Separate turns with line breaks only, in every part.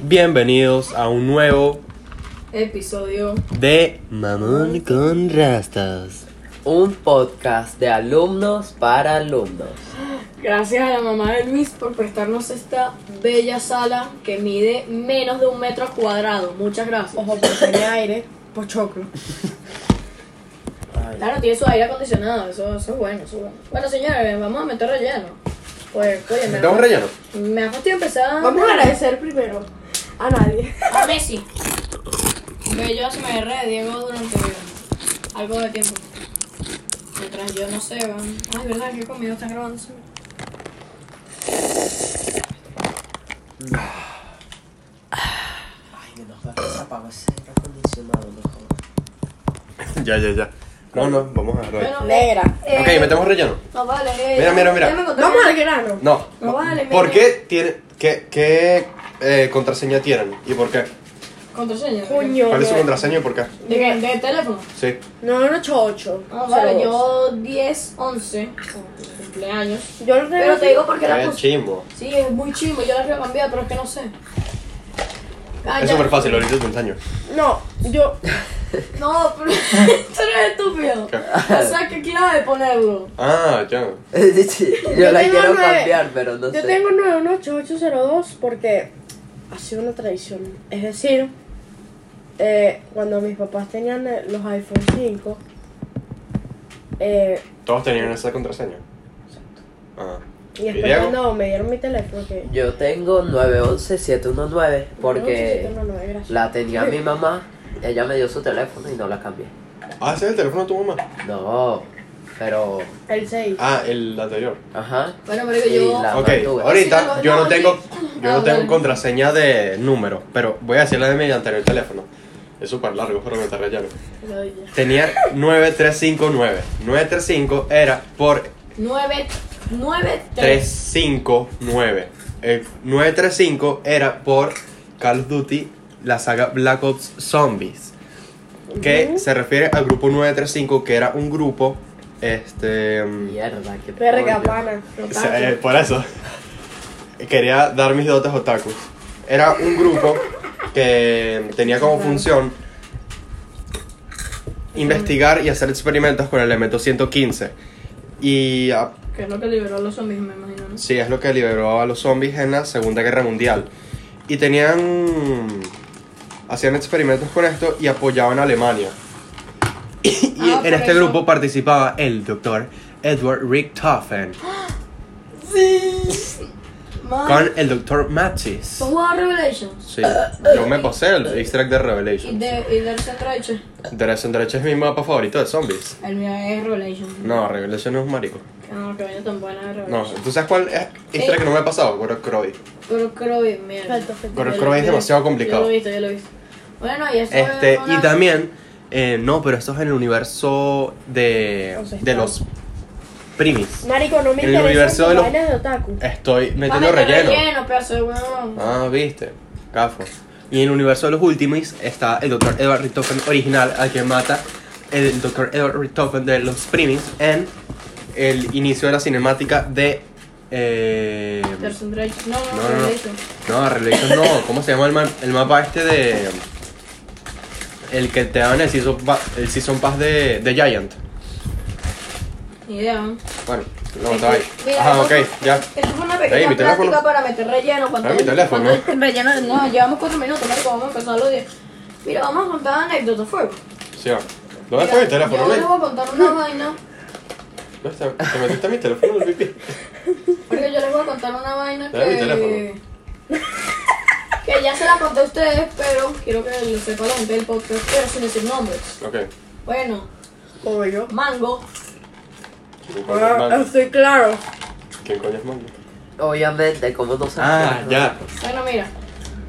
Bienvenidos a un nuevo
episodio.
de Mamón con Rastas.
Un podcast de alumnos para alumnos.
Gracias a la mamá de Luis por prestarnos esta bella sala que mide menos de un metro cuadrado. Muchas gracias.
Ojo, porque tiene aire, pochoclo.
Claro, tiene su aire acondicionado, eso, eso es bueno, eso es bueno. Bueno, señores, vamos a meter relleno. Pues, oye, me,
¿Metemos relleno?
me ha fastidio empezar.
Vamos a agradecer primero a nadie.
a Messi. Que yo se me agarré de Diego durante algo de tiempo. Mientras yo no sé, van. Ay, ¿verdad? ¿Qué comida están grabando?
Ay, que nos va a apagar ese aire acondicionado, no jodas.
Ya, ya, ya. No, no, vamos a ver.
Bueno,
Negra.
Ok, metemos relleno.
Eh, No vale, eh,
Mira, mira, mira.
ya me encontré.
Vamos al grano.
No.
No vale,
¿Por
mira.
qué tiene qué, qué eh, contraseña tienen y por qué?
Contraseña.
Coño.
¿Cuál es su
no.
contraseña y por qué?
¿De Eh, qué? ¿De teléfono?
Sí.
No, no, 88.
Ah, vale, yo 10, 11, cumpleaños.
Yo lo
Pero te digo porque la
Qué
puse.
chimbo.
Sí, es muy chimbo, yo la quiero cambiar, pero es que no sé. Ah,
Es
ya.
súper fácil, ahorita te enseño.
No, yo.
No, pero tú eres estúpido.
¿Qué?
O sea, que aquí nada de ponerlo.
Ah, ya.
Sí, Yo, la
tengo
quiero
nueve.
cambiar, pero no sé.
Yo tengo 918802 porque ha sido una tradición. Es decir, eh, cuando mis papás tenían eh, los iPhone 5, eh,
Todos tenían esa contraseña. Ah.
y
¿Y
después
Diego?
cuando me dieron mi teléfono, que.
Yo tengo 911719 porque
8719, gracias.
la tenía mi mamá, ella me dio su teléfono y no la cambié.
Ah, ese es el teléfono de tu mamá.
No, pero...
El 6.
Ah, el anterior.
Ajá.
Ah, Bueno, marico,
Y
yo...
la-
Ok,
Apertura.
Sí,
ahorita
no,
yo
no,
no tengo yo
Ah,
no tengo
vale.
contraseña de número, pero voy a decir la de mi anterior teléfono. Es súper largo, pero me tardé ya. Tenía 9359. 935 era por
9, 9, 3.
359. El 935 era por Call of Duty, la saga Black Ops Zombies. Que se refiere al grupo 935, que era un grupo. Este. mm,
Mierda, qué
Verga,
pollo.
pana.
o sea, eh, por eso. Quería dar mis dotes otakus. Era un grupo que tenía como función investigar y hacer experimentos con el elemento 115. Y ah,
Que es lo que liberó a los zombies, me imagino. ¿no?
Sí, es lo que liberó a los zombies en la Segunda Guerra Mundial. Y tenían. Hacían experimentos con esto y apoyaban a Alemania. Y, y
Ah,
en
por
este
eso.
grupo participaba el doctor Edward Richtofen
Sí. Man,
con el doctor Mattis.
War Revelations.
Sí, yo me pasé el extract de
Y
Revelation.
de, y del centro hecho.
The Resident Evil es mi mapa favorito de zombies.
El mío es Revelations.
No, Revelation es un marico.
Que No, que vaina tan buena de
No,
Revelations.
¿tú sabes cuál es extract que no me he pasado? Goro Croy.
Pero creo que mierda.
Falta, falta.
Goro Croy es demasiado
Yo
complicado.
lo he visto, yo lo he visto. Bueno, y eso
Este,
es una-
y también, eh, no, pero esto es en el universo de,
Ancestral.
de los primis.
Marico, no me
El
interesa
universo de los- Eh,
vainas de otaku.
Estoy
Va a
metiendo
meter
relleno.
relleno, pedazo de huevón.
Ah, viste, gafo. Y en el universo de los ultimis está el Dr. Edward Richtofen original, al que mata el Dr. Edward Richtofen de los primis en el inicio de la cinemática de... eh,
Del centro hecho. No, no,
No, no, no.
Revelations.
No, Revelation no. ¿Cómo se llama el, ma- el mapa este de. El que te daban el Season, pa- el season Pass de, de Giant?
Ni idea, ¿no?
Bueno, lo mataba ahí.
Mira,
Ajá, ok,
entonces,
ya.
Esto fue una
Ey, mi
pequeña
teléfono.
práctica para meter relleno. Cuando,
Ah, mi teléfono.
cuando- relleno, no, llevamos cuatro minutos, marico, vamos a empezar los diez. Mira, vamos a contar anécdotas, fuego.
Sí, va. ¿Dónde
Mira,
está mi pues, teléfono?
Yo
¿Dónde
les voy a contar una vaina,
¿Dónde está? ¿Te metiste mi teléfono en el pipí?
porque yo les voy a contar una vaina
Dame mi
que...
teléfono.
que ya se la conté a ustedes, pero quiero que lo sepa la gente del podcast, pero sin decir nombres.
Ok.
Bueno,
Como yo.
Mango,
¿Quién coño es
Ah,
Mango?
estoy claro.
¿Quién coño es Mango?
Obviamente, como no
Ah,
sabes.
ya.
Bueno, mira.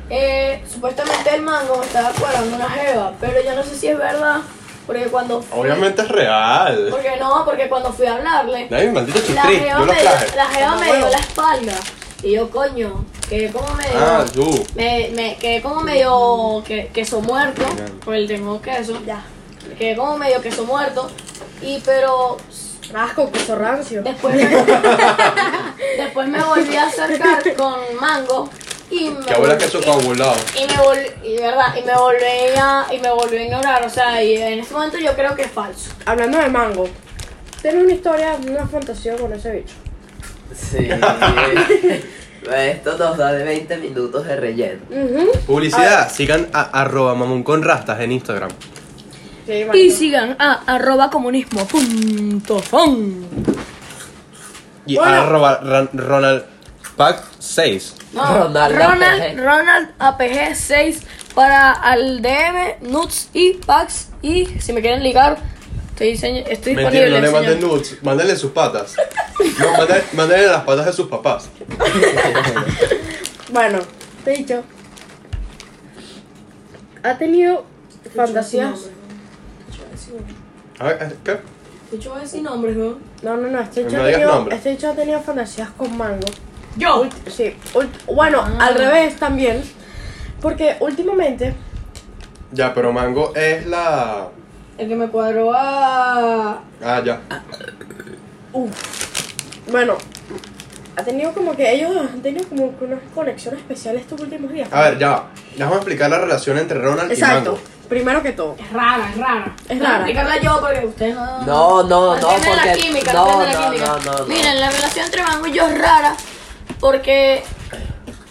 eh, supuestamente el mango me estaba cuadrando una jeva, pero yo no sé si es verdad. Porque cuando. fui-
Obviamente es real.
Porque no, porque cuando fui a hablarle,
Dame mi maldito
la
chistri. Yo
jeva, me
los
dio,
traje.
la jeva me dio la espalda. Y yo, coño, que como me dio.
Ah, tú.
me, me quedé como medio que, queso muerto,
Ya.
por el tengo queso.
Ya.
Quedé como medio queso muerto. Y pero
Rasco, queso rancio.
Después me, después me volví a acercar con Mango Y me
Que abuela
volví-
que eso con volado.
Y me vol- y verdad, y me volví a, y me volví a ignorar, o sea, y en este momento yo creo que es falso.
Hablando de mango, tienes una historia, una fantasía con ese bicho.
Sí. Esto nos da de 20 minutos de relleno.
Ujú.
Publicidad, sigan a arroba mamón con rastas en Instagram.
Sí,
Y
marico.
sigan a arroba comunismo punto com.
Y
Bueno.
arroba ran- Ronald Pack 6.
No,
Ronald
Ronald,
APG.
Ronald, APG 6 para al DM, Nuts y Pax. Y si me quieren ligar, estoy, diseño- estoy
Mentira,
disponible.
no le
señor.
manden nudes, mándenle sus patas. No, mándenle, mándenle las patas de sus papás.
Bueno, te he dicho. ¿Ha tenido fantasías?
A ver, eh, ¿qué?
Yo voy a decir nombres, ¿no?
No, no, no, este
No
bicho ha
digas
tenido,
nombre.
este bicho ha tenido fantasías con mango.
Yo.
Ult- Sí, ult- bueno,
Ah.
al revés también. Porque últimamente,
Ya, pero Mango es la.
El que me cuadró a.
Ah, ya.
bueno, ha tenido como que ellos han tenido como que una conexión especial estos últimos días.
A ver, ya. va. Ya vamos a explicar la relación entre Ronald y
Exacto,
Mango.
primero que todo.
Es rara, es rara.
Es rara.
Explicarla yo porque ustedes no.
No, no, no,
entienden la
porque-
química,
no,
entienden
no,
la química.
no, no, no.
Miren, la relación entre Mango y yo es rara porque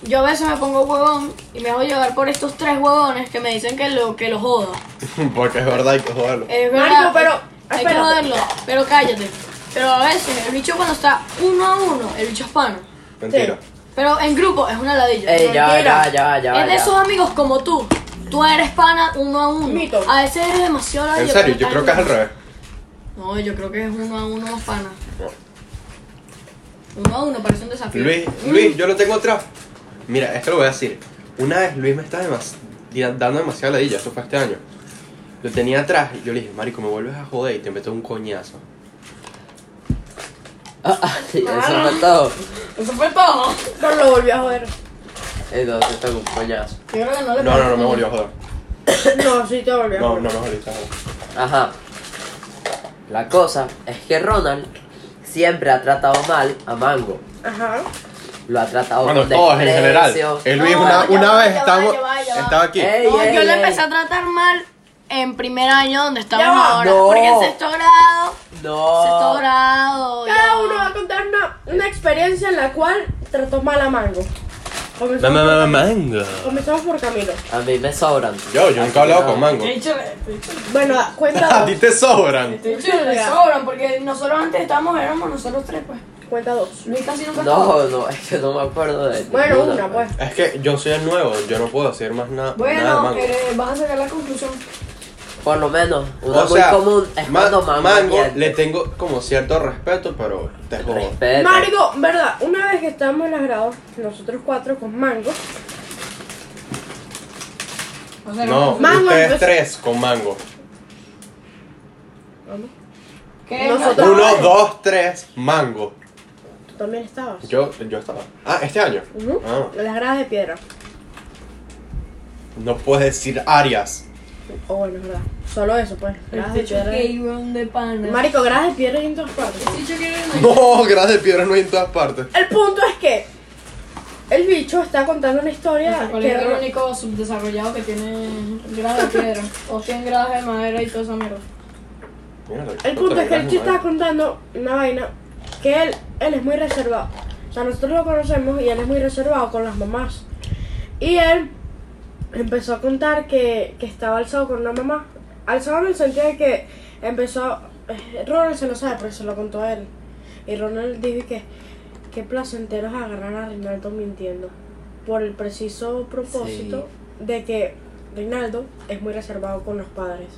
yo a veces me pongo huevón y me hago llevar por estos tres huevones que me dicen que lo que lo joda.
Porque es verdad, hay que joderlo.
Es
Marico, pero-
Hay
espérate.
que joderlo, pero cállate. Pero a veces el bicho cuando está uno a uno, el bicho es pana.
Mentira.
Pero en grupo es una ladilla.
Ey, ya, va, ya,
Mentira.
va, ya, va, ya. va,
es de
ya.
esos amigos como tú. Tú eres pana uno a uno.
Mito.
A veces eres demasiado
En
ladilla,
serio,
pero
yo creo que es al revés.
No, yo creo que es uno a uno más pana. Uno a uno parece un desafío.
Luis, Luis, yo lo tengo atrás. Mira, es que lo voy a decir. Una vez Luis me estaba demas- di- dando demasiada ladilla, eso fue este año. Lo tenía atrás y yo le dije, Marico, me vuelves a joder y te meto un coñazo.
Ah, ah, sí, eso fue todo.
Eso fue todo. Yo
Pero lo volví a joder.
Entonces tengo un coñazo.
creo que no le
No, no, no me volvió a joder.
No, sí te volví a
No,
joder.
no me volvió a joder.
Ajá. La cosa es que Ronald siempre ha tratado mal a Mango.
Ajá.
Lo ha tratado
Bueno,
con
todos en general.
desprecio.
El Luis,
No,
una,
ya va,
una
ya
vez
va,
estamos-
ya va, ya va.
estaba aquí.
Ey,
No,
ey,
yo le
ey.
empecé a tratar mal en primer año donde estábamos
va,
ahora.
no.
Porque en sexto grado. Sexto
No.
grado. ya.
Cada uno va a contar una, una experiencia en la cual trató mal a mango.
Ma- ma-
Comenzamos,
ma-
por-
mango.
comenzamos por Camilo.
A mí me sobran.
Yo, yo nunca he hablado con Mango.
Bueno, cuenta
A ti
dos.
te sobran.
De hecho, le sobran porque nosotros antes estábamos, éramos nosotros tres, pues.
Cuenta dos.
Luis casi nunca estaba.
No, no, es que no me acuerdo de
Bueno,
ninguna,
una pues.
Es que yo soy el nuevo, yo no puedo hacer más na- nada de
Bueno,
Mango.
eh, vas a sacar la conclusión.
Por lo menos, una
O sea,
muy común es
ma-
cuando
mango,
Mango, miente.
le tengo como cierto respeto, pero te jodo.
Respeto.
Marico, verdad, una vez que estábamos en las grados, nosotros cuatro con Mango,
O sea,
No,
Mango,
ustedes
entonces-
tres con mango.
que
Nosotros-
Uno, dos, tres, mango.
tú también estabas.
Yo, yo estaba. Ah, este año.
Ujú.
Ah,
En las gradas de piedra.
no puedes decir Arias.
O Oh, bueno, es verdad. Solo eso, pues. Gradas de
Este
piedra.
que iba de pana.
Marico, gradas de piedra y en todas partes.
Este chico que era-
No, gracias de piedra no hay en todas partes.
El punto es que el bicho está contando una
O
historia
sea, ¿Cuál
que
es el único subdesarrollado que tiene grados de piedra? O 100 grados de madera y todo esa mierda.
Mierda, qué
El punto
puta
es que el
gracia,
chico estaba
madre.
contando una vaina que él, él es muy reservado. O sea, nosotros lo conocemos y él es muy reservado con las mamás. Y él empezó a contar que, que estaba alzado con una mamá. Alzado en el sentido de que empezó... eh, Ronald se lo sabe, pero se lo contó a él. Y Ronald dijo que... Qué placentero es agarrar a Reinaldo mintiendo. Por el preciso propósito de que Reinaldo es muy reservado con los padres.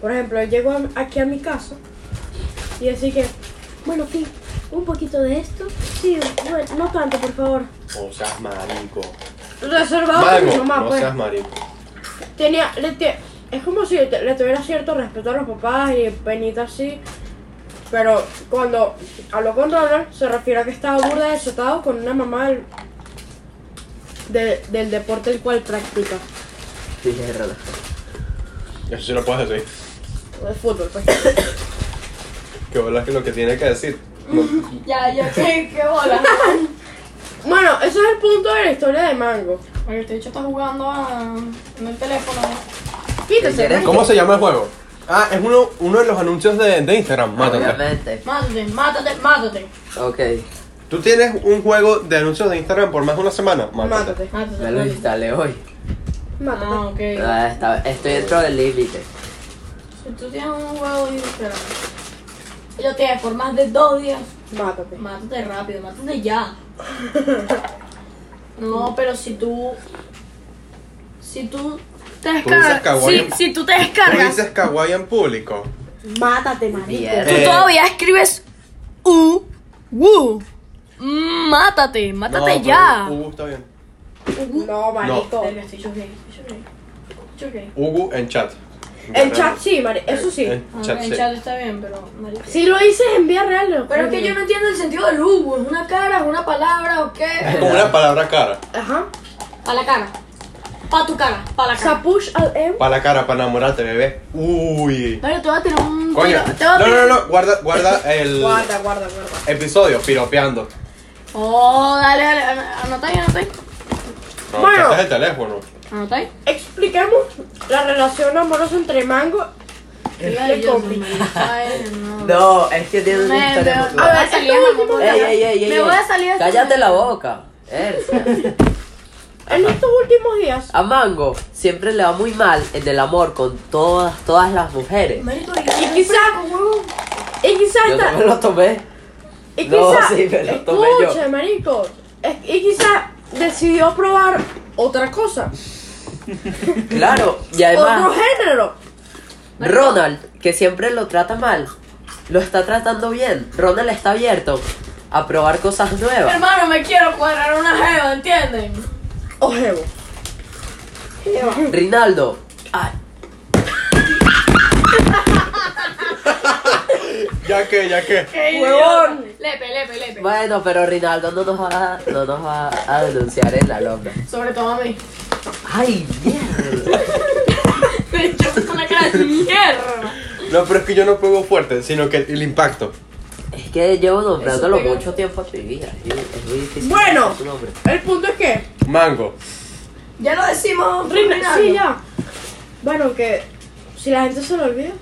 Por ejemplo, él llegó a- aquí a mi casa y así que, bueno, sí, un poquito de esto. Sí, bueno, no tanto, por favor.
No seas marico.
Reservado con mi
Mango,
mamá,
no
pues.
seas marico.
Tenía, le te- es como si te- le tuviera cierto respeto a los papás y penita así. Pero cuando habló con Ronald, se refiere a que estaba burda desatado con una mamá del, de- del deporte el cual practica.
Dije Ronald.
Eso sí lo puedes decir.
El fútbol, pues.
Que bolas que lo que tiene que decir. No-
Ya, ya, qué, qué bola.
Bueno, ese es el punto de la historia de Mango.
Oye, este bicho está jugando a... en el teléfono.
Quítese.
¿Quieres?
Mango.
¿Cómo se llama el juego? Ah, es uno, uno de los anuncios de, de Instagram. Mátate.
Obviamente.
Mátate, mátate, mátate.
Ok,
Tú tienes un juego de anuncios de Instagram por más de una semana. Mátate.
Mátate.
Mátate.
me lo
mátate.
instalé hoy.
Mátate.
Ah, ok.
Ah, está- estoy dentro del límite.
Si tú tienes un juego de Instagram y lo tienes por más de dos días,
Mátate.
mátate rápido, mátate ya. No, pero si tú. Si tú te
dices
descargas.
kawaii.
Si, si tú te
Tú
descargas.
dices kawaii en público.
Mátate, marico.
Mierda.
Tú
Eh.
todavía escribes U. Wu. Mm, Mátate, mátate
No,
ya.
pero Hugo está bien.
No, marico.
Verga, estoy yo gay, estoy yo gay, estoy yo gay.
Hugo en chat.
En chat sí, mari eso sí.
En
Ah,
chat
en
sí.
chat está bien, pero. marico.
Si lo dices en vía real, lo
Pero es que yo no entiendo el sentido del U. ¿Es una cara, es una palabra o qué?
Es como una palabra cara.
Ajá.
Pa' la cara. Pa' tu cara. Pa' la cara.
Sapush al M.
Para la cara, para enamorarte, bebé. Uy.
Pero te voy a tirar un.
Coño.
te voy a
No, no,
tirar-
no. Guarda, guarda el
Guarda, guarda, guarda.
episodio piropeando.
Oh, dale, dale. an- Anota ahí, anota ahí.
No,
Bueno.
que este es el teléfono.
Anota ahí.
Expliquemos la relación amorosa entre Mango.
Dale, yo,
compi.
Ay, no.
No, es que tiene
Me,
una
me,
historia
me
muy
voy
A
a
ver,
salir
este
de
último-
mamón.
Ey, ey, ey, ey,
Me
ey.
voy a salir de este esta
Cállate la
mierda.
boca. Erza.
En estos últimos días.
A Mango siempre le va muy mal en el amor con todas, todas las mujeres.
Marico,
Y
y
quizá. Y quizá
Yo
esta-
también lo tomé.
Y
No,
quizá.
sí, me lo tomé yo.
escuche, marico. Es- Y quizá decidió probar otra cosa.
Claro, y además
Otro género.
Ronald, que siempre lo trata mal, lo está tratando bien. Ronald está abierto a probar cosas nuevas.
Hermano, me quiero cuadrar una jeva, ¿entienden?
Ojevo.
Rinaldo, ay,
Ya que, ya que.
idiota.
Huevón.
Lepe, lepe, lepe.
bueno, pero Rinaldo no nos va, no nos va a denunciar en la lona.
Sobre todo a mí.
Ay, mierda.
Yo con la cara de mierda.
No, pero es que yo no pego fuerte, sino que el impacto.
Es que llevo nombrándolo
Eso pega.
mucho tiempo a mi vida. y Es muy difícil.
Bueno.
saber su nombre.
El punto es que.
Mango.
Ya lo decimos. Rinaldo.
Sí, ya. Bueno, que. Si la gente se lo olvida.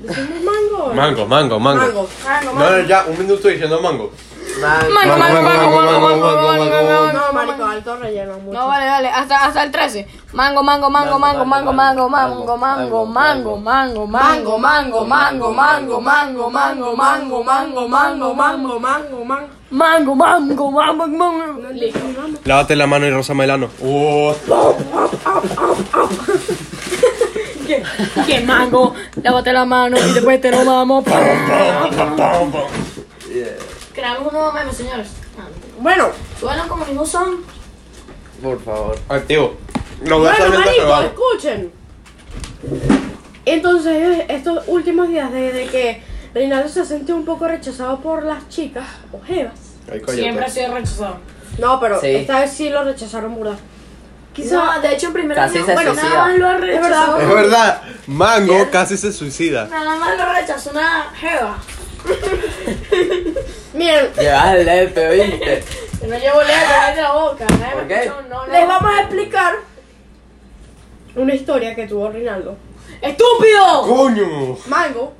Decimos mango.
Mango, mango, mango.
Mango.
No,
Mango, mango.
no, ya, un minuto diciendo mango.
Mango, mango, mango, mango, mango, mango, mango,
No,
mango,
marico,
mango.
alto relleno mucho.
No, vale, dale, hasta, hasta el 13. Mango, mango, mango, mango, mango, mango, mango, mango, mango, mango, mango, mango, mango, mango, mango, mango, mango, mango, mango, mango,
mango, mango.
mango, mango, mango, mango. Listo.
Lávate la mano y rosa melano. Uh,
¿Qué mango? Lávate la mano y después te lo mamo. Creamos un nuevo meme, señores.
Bueno,
Suenan como ningún son.
Por favor.
activo. Lo voy a hacer
bueno,
mientras me baño.
marico, escuchen. Entonces, estos últimos días, desde que Reinaldo se ha sentido un poco rechazado por las chicas ojevas.
Ay, coño,
Siempre ha
pues.
sido rechazado.
No, pero
Sí.
esta vez sí lo rechazaron burda. Quizá.
No, de hecho, en primer
Casi
año,
se
bueno,
suicida.
nada más lo ha rechazado.
Es verdad, Mango casi se suicida.
Nada más lo rechazó una jeva.
Miren,
Llevas el lepe, ¿viste?
Que no llevo leche de la boca. Nadie me
¿Por qué?
escuchó, no, no.
les vamos a explicar una historia que tuvo Reinaldo.
¡Estúpido!
¡Coño!
Mango,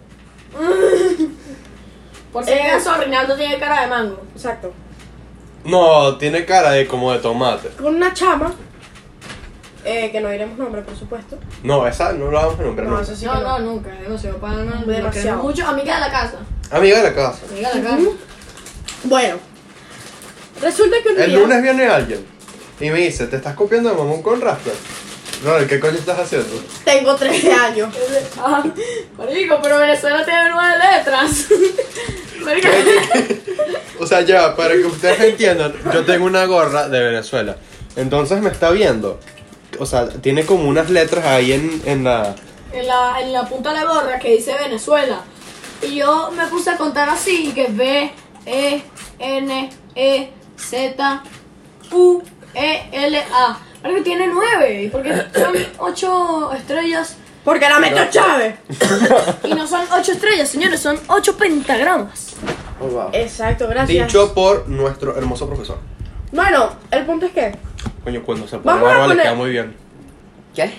Por si acaso, Rinaldo tiene cara de mango.
exacto.
No, tiene cara de como de tomate.
Con una chama, eh, que no diremos nombre, por supuesto.
No, esa no la vamos a nombrar. nunca.
eso sí
no,
que
no, nunca. Demasiado para no, no
Demasiado.
creo Mucho amiga de la casa.
Amiga de la casa.
Amiga de la casa.
Ujú. Bueno, resulta que un día.
El lunes viene alguien y me dice, ¿te estás copiando de mamón con rasta? No, ¿qué coño estás haciendo?
Tengo 13 años.
Ah, marico, pero Venezuela tiene nueve letras. Marico.
O sea, ya, para que ustedes entiendan, yo tengo una gorra de Venezuela. Entonces me está viendo. O sea, tiene como unas letras ahí en, en la...
en, la, en la punta de la gorra que dice Venezuela. Y yo me puse a contar así, que B, E, N, E, Z, U, E, L, A. Ahora que tiene nueve, porque son ocho estrellas.
Porque la meto Chávez.
Y no son ocho estrellas, señores, son ocho pentagramas.
Oh, wow.
Exacto, gracias.
Dicho por nuestro hermoso profesor.
Bueno, el punto es que.
Coño, cuando se pone
Vamos a
barba le
poner-
queda muy bien.
¿Qué?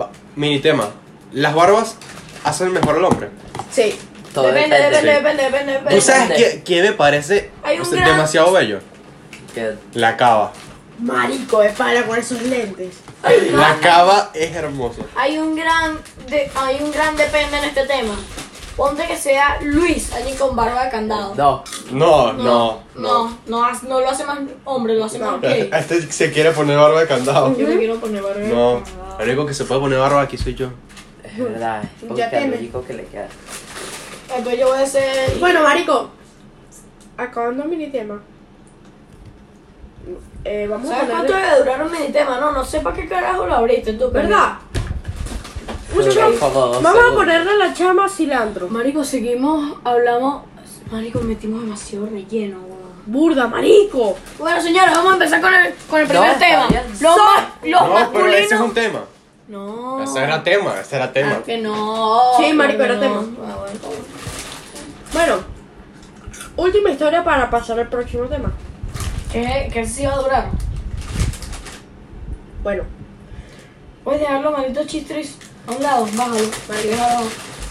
Va- Mini tema. Las barbas hacen mejor al hombre.
Sí.
Todo
depende,
depende.
depende, depende, depende, depende.
¿Tú sabes
depende.
qué, qué me parece
Hay un
o sea,
gran-
demasiado bello?
¿Qué?
La cava.
Marico, es para con esos lentes.
Ay, no.
La cava es hermosa.
Hay un gran de- hay un gran depende en este tema. Ponte que sea Luis, alguien con barba de candado.
No.
No,
no,
no,
no, no has- no lo hace más hombre, lo hace más gay.
Este se quiere poner barba de candado.
Yo me quiero poner barba de
No,
candado.
el único que se puede poner barba aquí soy yo.
Es verdad. Es
Ya
porque el
tiene.
único que le queda.
Entonces yo voy a ser
Bueno, Marico, acabando mini tema. Eh, vamos a
¿Sabes cuánto
poner.
debe durar un meditema? No, no sé para qué carajo lo abriste tú, pero-
¿Verdad? Mucho
Pero
más.
como dos
Vamos a
segundos.
ponerle a la chama cilantro.
Marico, seguimos, hablamos. Marico, metimos demasiado relleno, weón.
Burda, marico.
Bueno, señores, vamos a empezar con el, con el primer
No,
tema.
está bien.
Los, ma- los
No, pero
masculinos.
ese es un tema.
No.
Ese era tema, ese era tema.
Ah, que no.
Sí, marico,
Claro
era
que
tema.
no. Ah, bueno.
Bueno, última historia para pasar al próximo tema.
¿Qué, qué se iba a durar?
Bueno,
Puedes dejar los malditos chistres a un lado, bájalo. Marico, déjalo abajo.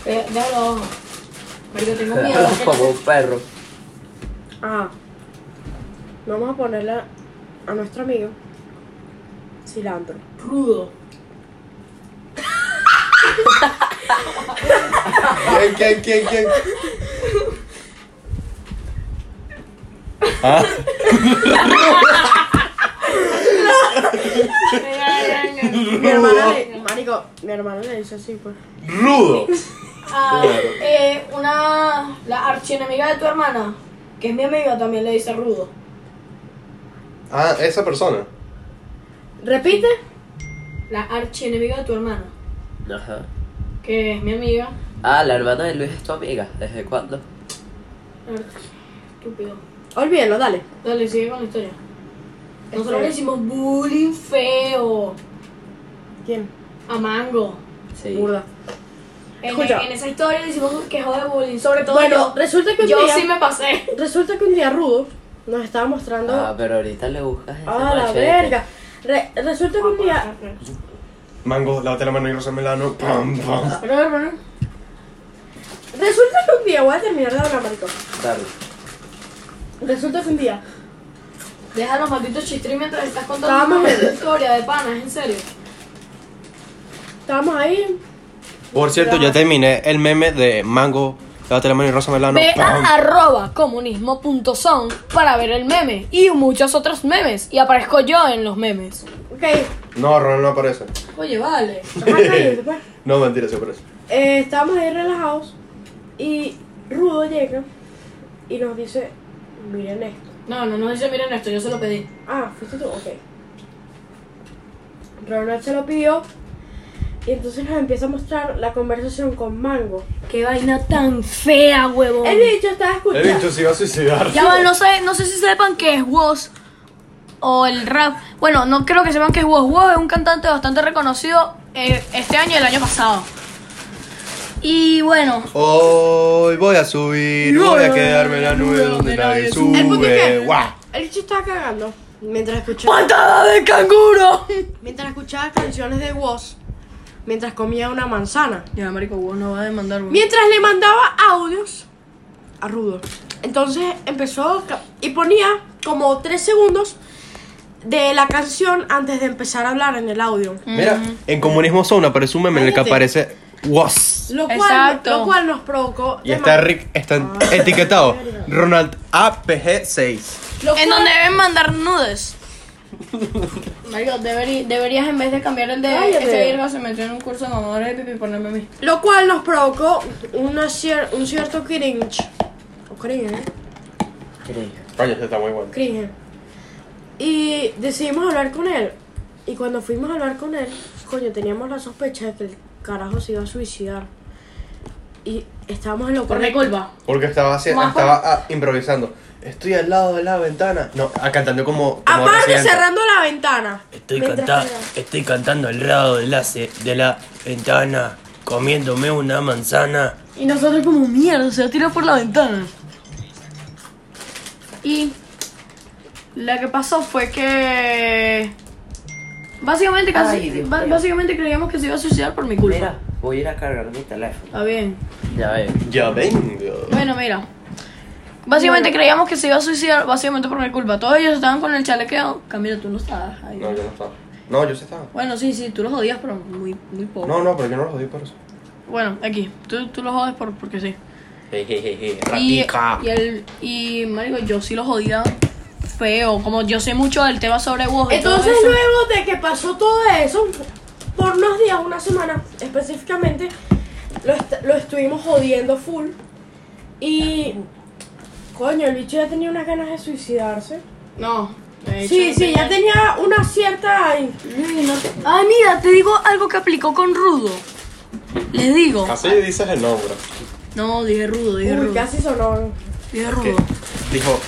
Eh, Déjalo abajo. Marico, tengo miedo.
Como un perro.
ah, vamos a ponerle a- a nuestro amigo cilantro.
Rudo.
¿Quién, quién, quién, quién? ¿Ah?
Mi hermana le, marico, mi hermana le dice así, pues.
Rudo.
Ah, eh, una. La archienemiga de tu hermana, que es mi amiga, también le dice rudo.
Ah, esa persona.
Repite.
La archienemiga de tu hermana,
Ajá.
que es mi amiga.
Ah, la hermana de Luis es tu amiga. ¿Desde cuándo?
Arch- Estúpido.
Olvídelo, dale.
Dale, sigue con la historia. Nosotros
Este-
le hicimos bullying feo
¿Quién?
a Mango.
Sí.
Burda.
En, e-
Escucha.
en esa historia le hicimos un quejo de bullying. Sobre todo
Bueno,
yo.
resulta que un
Yo
día.
sí me pasé.
Resulta que un día Rudo nos estaba mostrando.
Ah,
Ah,
pero ahorita le buscas ese
la
machete.
verga. Re- resulta que un día.
Mango, lávate la mano y rosa melano. Pam, pam.
Pero, hermano. Resulta que un día, voy a terminar de hablar, marico.
Dale.
Resulta que un día.
Deja los malditos chistris mientras estás contando
Estábamos
una
en-
historia de panas, en serio.
Estábamos ahí.
Por cierto, ya terminé el meme de Mango, lávate la mano y rosa melano.
Ve
pam.
a arroba comunismo.son para ver el meme y muchos otros memes. Y aparezco yo en los memes.
Ok. Ajá,
No, Ronald no aparece.
Oye, vale.
cállate, pues.
No, mentira, se aparece.
Eh, estábamos ahí relajados. Y Rudo llega y nos dice: Miren esto.
No, no, no dice, miren esto, yo se lo pedí.
Ah, fuiste tú, ok. Ronald se lo pidió. Y entonces nos empieza a mostrar la conversación con Mango.
Qué vaina tan fea, huevón.
El bicho estaba
El
escuchando.
bicho se iba a suicidar.
Ya va, no sé, no sé si sepan qué es Woz o el rap. Bueno, no creo que sepan qué es Woz. Woz es un cantante bastante reconocido eh, este año y el año pasado. Y bueno,
Hoy voy a subir, voy a quedarme en la nube donde nadie
El punto es que-
sube. uh, eh, Guau.
El bicho estaba cagando. Mientras escuchaba.
¡patada de canguro!
Mientras escuchaba canciones de Woz. Mientras comía una manzana.
Ya, marico, Woz no va a demandar, huevón.
Mientras le mandaba audios a Rudo. Entonces empezó ca- y ponía como 3 segundos de la canción antes de empezar a hablar en el audio.
Mira, en Comunismo Zone aparece un meme en el que aparece Was.
Lo cual,
Exacto.
lo cual nos provocó.
Y está
deman-
Rick, está etiquetado. Ronald APG6.
lo cual-
En donde deben mandar nudes. Marico, deberí- deberías en vez de cambiar el de
Cállate.
ese virgo se metió en un curso de mamadores de pipi y ponerme a mí.
Lo cual nos provocó una cier- un cierto cringe. O cringe, ¿eh?
Cringe.
Coño, este está muy bueno.
Cringe. Y decidimos hablar con él. Y cuando fuimos a hablar con él, coño, teníamos la sospecha de que el carajo se iba a suicidar. Y estábamos en lo
Por mi
correcto.
culpa.
Porque estaba haciendo,
Más
estaba ah, improvisando. Estoy al lado de la ventana. No, ah, cantando como. como
Aparte,
Residente.
cerrando la ventana.
Estoy,
Mientras
canta-
que-
estoy cantando al lado de la, ce- de la ventana, comiéndome una manzana.
Y nosotros como mierda, se ha tirado por la ventana. Y
lo que pasó fue que. Básicamente, casi,
Ay, Dios
ba-
mío.
básicamente creíamos que se iba a suicidar por mi culpa.
Mira, voy a ir a cargar mi teléfono.
Está bien.
Ya ves.
Ya vengo.
Bueno, mira. Básicamente creíamos que se iba a suicidar básicamente por mi culpa. Todos ellos estaban con el chalequeo. Camilo, tú no estabas ahí.
No, yo no estaba. No, yo sí estaba.
Bueno, sí, sí, tú los odias, pero muy, muy poco.
No, no, pero yo no los odio por eso.
Bueno, aquí. Tú, tú los jodes por, porque sí.
Jejeje,
Y,
ratica.
y el, y, marico, yo sí los jodía feo. Como yo sé mucho del tema sobre vos y todo
Entonces
eso.
luego de que pasó todo eso, por unos días, una semana específicamente, lo, est- lo estuvimos jodiendo full. Y... Coño, el bicho ya tenía unas ganas de suicidarse.
No. de hecho,
Sí, sí, ya
tenía-
tenía una cierta...
Ay, no te- Ay, mira, te digo algo que aplicó con Rudo. Les digo.
Así dices el nombre.
Ah. No, dije Rudo, dije
Uy,
Rudo.
casi sonó.
Dije
Que
Rudo.
dijo.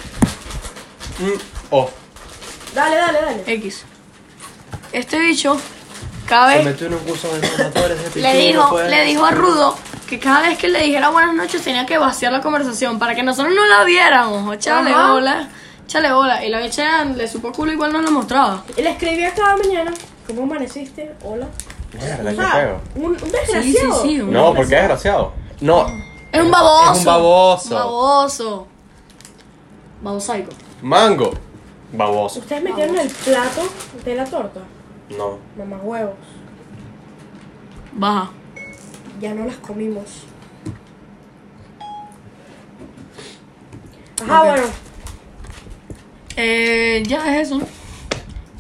mm, oh,
Dale, dale, dale.
X. Este bicho, cada
se
vez
metió en un curso de informadores de
le dijo,
pues.
le dijo a Rudo que cada vez que le dijera buenas noches tenía que vaciar la conversación para que nosotros no la viéramos. Oh, Échale
Ajá.
bola, échale bola. Y la bicha le supo culo igual no la mostraba.
Y le escribía cada mañana, ¿cómo amaneciste? Hola.
Mierda,
O sea, un, un desgraciado.
Sí, sí, sí. un-
No, porque es desgraciado. No.
Es un baboso.
Es un baboso.
Baboso. Babosaico.
Mango. Baboso.
Ustedes metieron el plato de la torta.
No.
Mamá huevos.
Baja.
Ya no las comimos. Ajá, bueno.
Eh, ya es eso.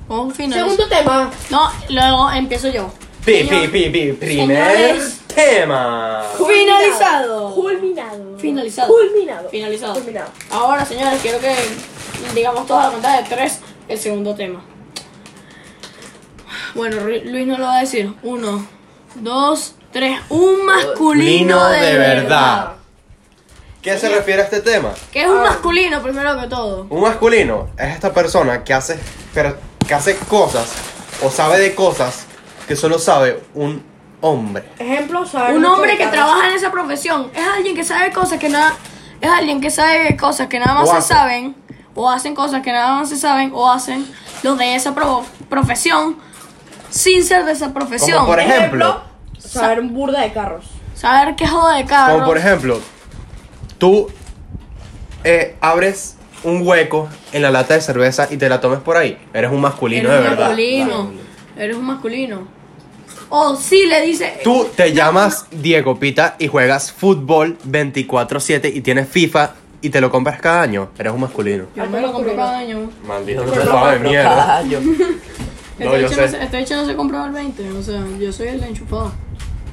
Vamos a finalizar.
Segundo tema.
No, luego empiezo yo.
Pi, pi,
Señor-
pi, pi. Primer
Señores.
tema.
Finalizado.
Culminado.
Finalizado.
Culminado.
Finalizado.
Culminado.
Ahora, señores, quiero que digamos toda la cuenta de tres el segundo tema. Bueno, Ru- Luis no lo va a decir. Uno, dos, tres. Un masculino
Lino
de, verdad.
¿Qué se refiere a este tema?
Que es un masculino primero que todo.
Un masculino es esta persona que hace, per- que hace cosas o sabe de cosas que solo sabe un hombre.
Ejemplo, saber
Un
mucho
hombre
de
que
carros.
trabaja en esa profesión es alguien que sabe cosas que nada es alguien que sabe cosas que nada más
O
se
hace.
saben o hacen cosas que nada más se saben o hacen los de esa pro- profesión sin ser de esa profesión.
Como por ejemplo,
Saber un burda de carros.
Saber qué joda de carro.
como por ejemplo, tú eh, abres un hueco en la lata de cerveza y te la tomes por ahí. Eres un masculino
Eres
de
un
verdad.
masculino. Eres un masculino. O
Oh,
si le dice.
Tú te llamas Diego Pita y juegas fútbol 24/7 y tienes FIFA y te lo compras cada año. Eres un masculino.
Yo me lo compro cada
Pues
año.
Maldito.
me lo compro cada año.
No,
Este
yo
hecho no,
sé.
se- este bicho no se compraba el 20. O sea, yo soy el enchufado.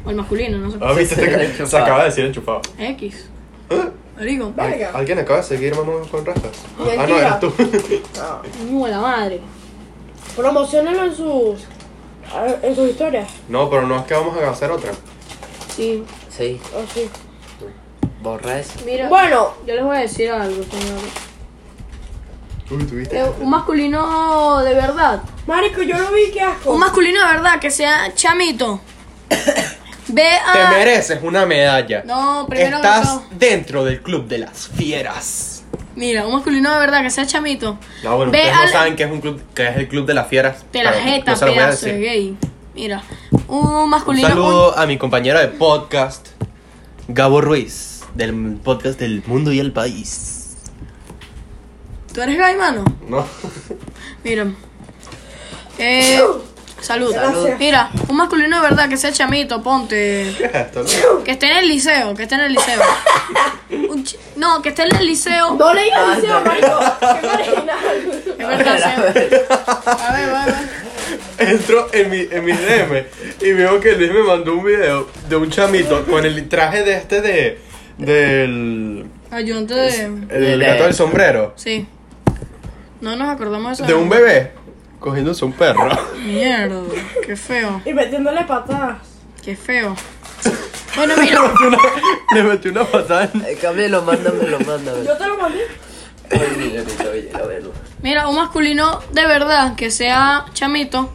O el masculino, no sé.
Ah, viste, te-
Enchufado.
se acaba de decir enchufado.
X.
¿Eh?
Marico.
Verga.
¿Alguien acaba de seguir mamón con rastas?
Mentira.
Ah, no, eres tú.
No, la madre.
Promocionenlo en sus. En sus historias.
no, pero no es que vamos a hacer otra.
Sí.
Sí,
¿O sí?
borra eso.
Mira.
Bueno,
Yo les voy a decir algo, señor.
Uy, tuviste.
Eh, Un masculino de verdad.
Marico, yo lo vi, qué
Un
asco.
masculino de verdad que sea chamito. Ve
Te
a.
mereces una medalla.
No, primero que
Estás
todo.
dentro del club de las fieras.
Mira, un masculino de verdad que sea chamito.
No, bueno,
Ve
ustedes no
al-
saben que es un club, que es el club de las fieras.
Te la
pero
jeta,
no se los voy a
pedazo de
decir.
gay. Mira, un
Un
masculino.
saludo a mi compañera de podcast, Gabo Ruiz, del podcast del mundo y el país.
un- ¿Tú eres gay, mano?
No.
Mira. Eh, salud.
Gracias.
Mira, un masculino de verdad que sea chamito, ponte.
¿Qué es esto?
Que esté en el liceo, que esté en el liceo. Un chi- no, que esté en el liceo.
No leí
Ah,
el liceo, marico. Qué marginal.
Es verdad,
A
se- A ver, va, va.
Entro en mi, en mi DM y veo que Luis me mandó un video de un chamito con el traje de este de. del.
Ayudante de.
el gato del sombrero.
Sí. No nos acordamos de eso.
De un bebé cogiéndose un perro.
Mierda, qué feo,
Y metiéndole patadas.
qué feo. Bueno, mira.
Le metió una- le metió una patada en-
Eh, Camilo, mándamelo, mándamelo.
Yo te lo mandé.
Ay, mira, mira, oye, a verlo.
Mira, un masculino de verdad que sea chamito,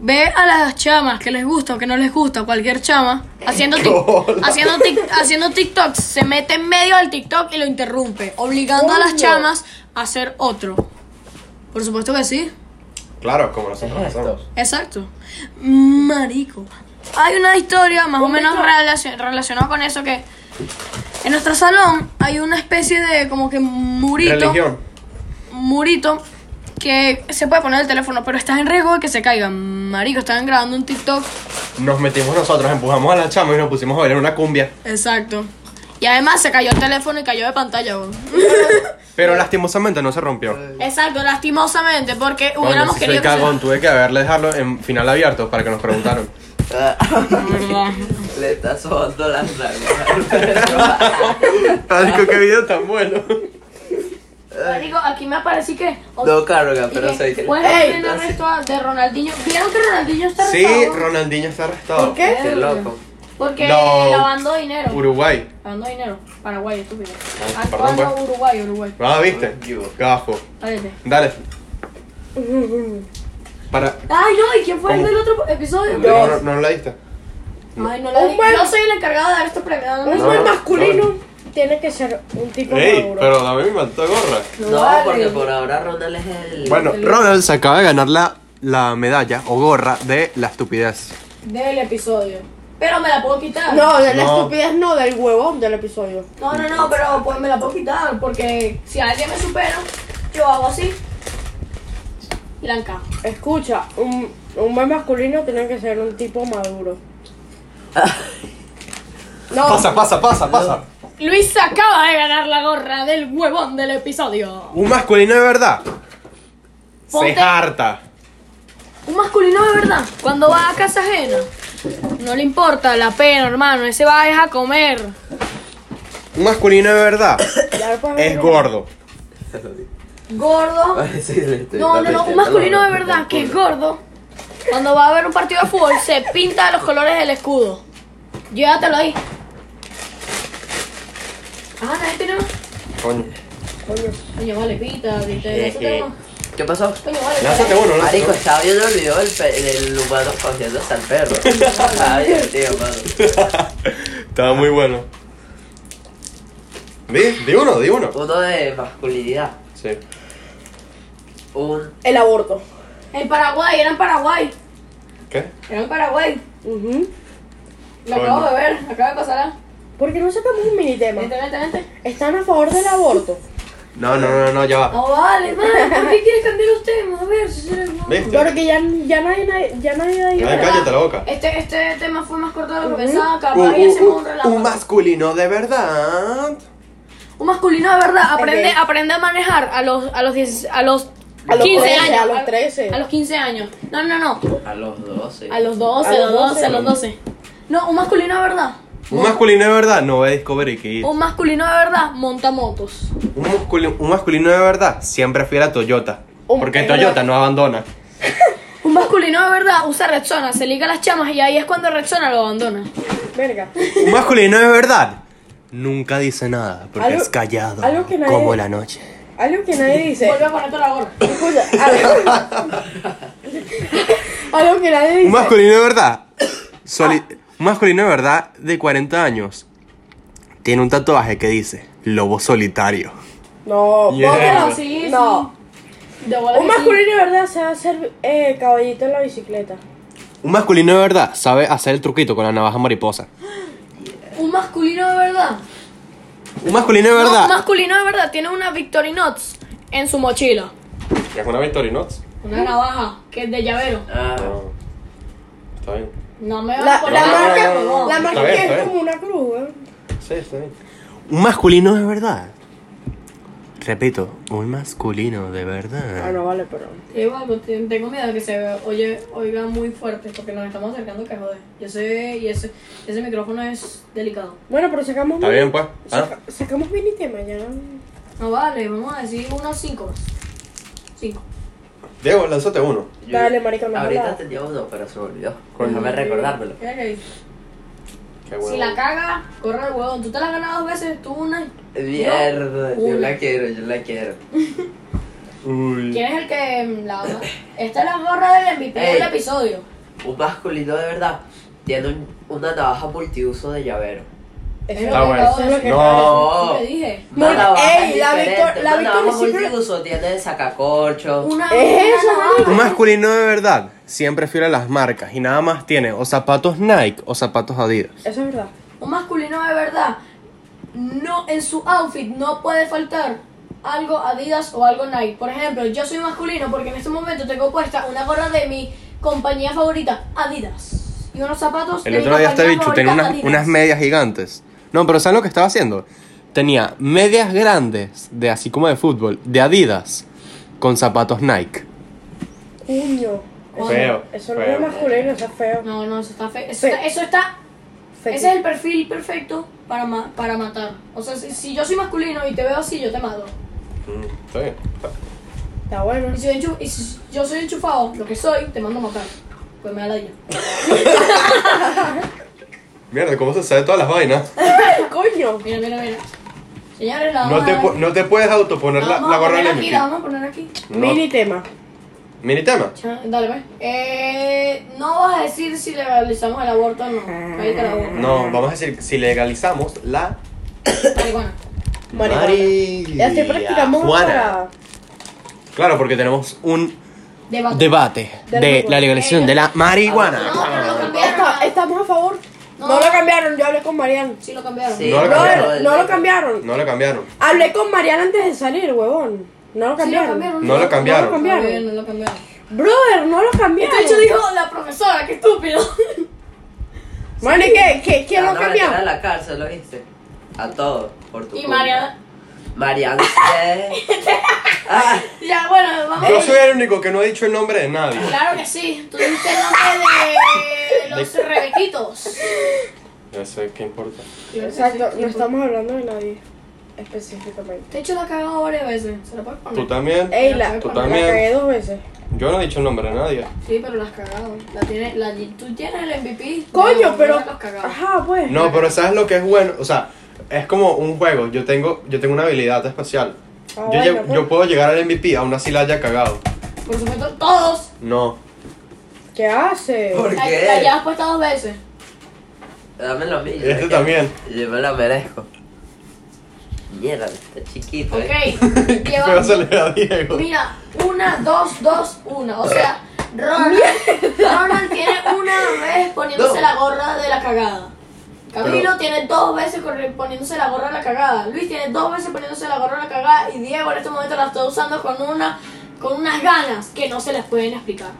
ve a las chamas que les gusta o que no les gusta, cualquier chama, haciendo, tic-
Cola.
haciendo, tic- haciendo TikToks, se mete en medio del TikTok y lo interrumpe, obligando a las
Coño.
chamas a hacer otro.
Por supuesto que sí.
Claro, como nosotros
Es esto.
hacemos.
Exacto. Marico. Hay una historia más o menos
Complicado.
relacion- relacionada con eso que en nuestro salón hay una especie de como que murito.
Religión.
Murito que se puede poner el teléfono, pero está en riesgo de que se caiga. Marico, estaban grabando un TikTok.
Nos metimos nosotros, empujamos a la chama y nos pusimos a bailar una cumbia.
Exacto. Y además se cayó el teléfono y cayó de pantalla. weón.
Pero lastimosamente no se rompió.
Exacto, lastimosamente, porque uh,
Coño,
hubiéramos
si soy
querido que se-
cagón, tuve que haberle dejarlo en final abierto para que nos preguntaran.
Ah. Verdad.
Le está sobando las lágrimas.
Marico, qué video tan bueno.
Marico, aquí me apareció que.
No carga, pero
Pero
sé que.
Bueno,
Ey,
tienen
no sé.
arresto a- de Ronaldinho. ¿Vieron que Ronaldinho está
Sí,
arrestado?
Ronaldinho está arrestado.
¿Por qué?
Qué loco.
Porque
No.
lavando dinero.
Uruguay.
Lavando dinero. Paraguay, estúpido.
Ah,
Actuando
perdón, pues. Oh.
Uruguay, Uruguay.
Ah, ¿viste?
Qué bueno.
Gajo.
Cállate.
Dale. Para...
Ay, no, ¿y quién fue el
¿Cómo?
del otro episodio?
No, no, no la diste.
Ay, no la
Un
vi.
buen-
Yo soy el encargado de dar estos premios. No,
Un
no,
No,
buen
no,
masculino tiene que ser un tipo
Ey,
maduro.
pero dame mi maldita gorra.
No, porque por ahora Ronald es el.
Bueno, Ronald se acaba de ganar la, la medalla o gorra de la estupidez.
Del episodio. Pero me la puedo quitar.
No, de la
No.
estupidez no, del huevón del episodio.
no, no, no, pero pues me la puedo quitar. Porque si alguien me supera, yo hago así. Y la encajo.
Escucha, un, un buen masculino tiene que ser un tipo maduro. No,
Pasa, pasa, pasa, pasa.
Luis acaba de ganar la gorra del huevón del episodio.
Un masculino de verdad.
Ponte-
Se harta.
Un masculino de verdad, cuando va a casa ajena, no le importa la pena, hermano. Ese va es a comer.
Un masculino de verdad
ya lo puedes
es
ver.
gordo.
Gordo.
Parece que le estoy
No, no,
dando
no. Un
intento,
masculino de
no,
verdad
no,
que es
no.
gordo. Cuando va a ver un partido de fútbol, se pinta de los colores del escudo. Llévatelo ahí. Ah, nadie tiene más.
Coño.
Coño, vale, pita, viste. eso tengo más.
¿Qué pasó?
Coño, vale.
Lánzate
pita.
uno, lánzate
Marico,
uno.
estaba viendo el video del, pe- del humano cogiéndose al perro. Estaba divertido, mano.
Estaba muy bueno. Di, di uno, di uno.
Uno de masculinidad.
Sí.
Un.
El aborto.
En Paraguay, era en Paraguay.
¿Qué?
Era en Paraguay.
Ujú.
Lo acabo de ver, acaba de pasar. ¿ah?
Porque no sacamos un mini tema.
Vente, vente, vente.
¿Están a favor del aborto?
No, no, no, no, ya va.
No Ah, vale, man, ¿por qué quieres cambiar los temas? A ver, si será no.
¿Viste?
Porque ya, ya nadie, nadie- ya nadie da
Ay,
idea.
cállate la boca.
Este, este tema fue más corto de lo que
Ujú.
pensaba,
Un-
capaz y hacemos Uh, un
uh, Un
relajo.
un masculino de verdad.
Un masculino de verdad aprende,
Ok.
aprende a manejar a los, a los, 10 a los
A los
15
13,
años.
a los 13.
A los 15 años. No, no, no.
A los 12.
A los 12, a
A
los
los
12, a los 12. No, un masculino de verdad.
Un masculino de verdad no ve Discovery Kids.
Un masculino de verdad monta motos.
Un, masculi- un masculino de verdad siempre fiel a Toyota.
Un-
Porque Toyota no abandona.
Un masculino de verdad usa Rexona, se liga a las chamas y ahí es cuando Rexona lo abandona.
Verga.
Un masculino de verdad nunca dice nada porque
Algo-
es callado
algo que nadie-
como la noche.
Algo que nadie dice.
Vuelve a ponerte la gorra.
Escucha, algo, algo que nadie
Un
dice.
masculino de verdad. soli- Un masculino de verdad de 40 años tiene un tatuaje que dice lobo solitario.
No,
Yeah.
Bótalo,
bótalo.
sí, sí.
No.
De bola
Un
que sí.
masculino de verdad se va a hacer eh, caballito en la bicicleta.
Un masculino de verdad sabe hacer el truquito con la navaja mariposa.
Un masculino de verdad.
Un masculino de
No,
verdad.
un masculino de verdad tiene una Victorinox en su mochila.
¿Es una Victorinox?
Uh.
Una navaja que es de llavero.
Ah,
Está bien.
No me va
La,
a poner
la
no,
marca,
no, no, no.
la marca
Está bien,
que
está
es
bien.
como una cruz, ¿eh?
Sí, está bien. Un masculino de verdad. Repito, un masculino de verdad.
Ah, no vale, pero.
pues, tengo miedo que se oye, oiga muy fuerte porque nos estamos acercando que joder. Yo sé, y ese, ese micrófono es delicado.
Bueno, pero sacamos.
Está
mini-
bien, pues.
saca- sacamos mini tema ya.
No vale, vamos a decir unos pues. 5 más. 5.
Diego, lánzate uno.
yo-
Dale, marica, no
Ahorita
jodas.
tenía uno, pero se me olvidó. Déjame recordármelo.
Si la caga, corre el huevón. Tú te la has ganado dos veces, tú una.
Mierda, yo
Uno.
la quiero, yo la quiero.
Uy.
¿Quién es el que mm, la ama? Esta es la gorra del MVP del
Ey.
episodio.
Un masculino de verdad tiene un- una navaja multiuso de llavero.
Eso
Es lo
es lo
Ah,
que
bueno.
acabo
No.
de decir. Te dije.
Muy- ey, la Victor- la Victoria
Victoria
siempre-
tiene de sacacorcho.
Una,
Es
una
eso,
navaja.
Un masculino de verdad siempre fiel a las marcas y nada más tiene o zapatos Nike o zapatos Adidas.
Eso es verdad.
Un masculino de verdad. No, en su outfit no puede faltar algo Adidas o algo Nike. Por ejemplo, yo soy masculino porque en este momento tengo puesta una gorra de mi compañía favorita, Adidas. Y unos zapatos.
El
de mi
otro día este
compañía
bicho tenía
favorita,
unas,
Adidas.
unas medias gigantes. No, pero ¿saben lo que estaba haciendo? Tenía medias grandes, de así como de fútbol, de Adidas, con zapatos Nike.
Cuño. Eso-
Feo,
Eso no
feo.
es masculino, eso es feo.
No, no, eso está feo. Eso,
Fe-
está, eso está-
Feo.
Ese es el perfil perfecto para, ma- para matar. O sea, si, si yo soy masculino y te veo así, yo te mato.
Mm, Está bien.
Está bueno.
Y si, yo enchu- y si yo soy enchufado, lo que soy, te mando a matar. Pues me da la
Mierda, ¿cómo se sabe todas las vainas?
Coño.
Mira, mira, mira. Señores, la vamos a dar-
puedes autoponer
la vamos a poner aquí, la vamos a poner aquí.
Mini tema.
Mini tema.
Ah, Dale, ve. Eh, no vas a decir si legalizamos el aborto o no. Cállate la boca.
No, vamos a decir, si legalizamos la
Marihuana.
Marihuana.
marihuana.
Ya estoy practicando uno para.
Claro, porque tenemos un
Debate.
debate
Del
de
grupo.
la legalización de la
No,
Ah,
marihuana.
pero lo cambiaron.
Esta- ¿Estamos a favor?
No.
No. lo cambiaron, yo hablé con Marian.
Sí, lo cambiaron.
Sí,
No lo
Brother,
cambiaron.
no lo cambiaron.
No lo cambiaron.
Hablé con Marian antes de salir, huevón. No lo
Sí, lo
cambiaron.
cambiaron.
No lo cambiaron.
No lo cambiaron.
Muy bien, No lo cambiaron.
Brother, no lo cambiaron.
De hecho, dijo la profesora, qué estúpido.
Bueno, ¿y qué? ¿Qué-
La
¿Quién lo
van a meter
cambió?
a la cárcel, ¿lo viste? A todos, por tu
Y
culpa.
Mariana.
Mariana. ¿qué? Ah,
Ya, bueno, vamos.
Yo soy el único que no ha dicho el nombre de nadie.
Claro que sí. Tú dijiste el nombre de los rebequitos.
No sé qué importa.
Exacto, no estamos hablando de nadie específicamente.
De hecho, la cagado varias veces. ¿Se la puedes poner?
Tú también.
Ey,
Ya
la,
sé
Tú
la
cuál
también.
cagué dos veces.
Yo no he dicho el nombre de nadie.
Sí, pero las cagado. La tiene, la, tú tienes el MVP.
Coño, pero.
Las cagado.
Ajá, pues.
No, pero ¿sabes lo que es bueno? O sea, es como un juego. Yo tengo, yo tengo una habilidad especial.
Ah,
yo,
bueno,
llego-
pues.
yo puedo llegar al MVP, aún así la haya cagado.
Por supuesto, todos.
No.
¿Qué hace?
¿Por
La, la
qué?
llevas puesta dos veces.
Dámelo a mí.
Este también.
Yo me lo merezco. Mierda, está chiquito.
Ok.
¿eh?
Qué feo se le
Llevas.
da a Diego.
Mira, una, dos, dos, una. O sea, Ronald, Ronald tiene una vez poniéndose
No.
la gorra de la cagada. Camilo tiene dos veces corre- poniéndose la gorra de la cagada. Luis tiene dos veces poniéndose la gorra de la cagada. Y Diego en este momento la está usando con una con unas ganas que no se las pueden explicar.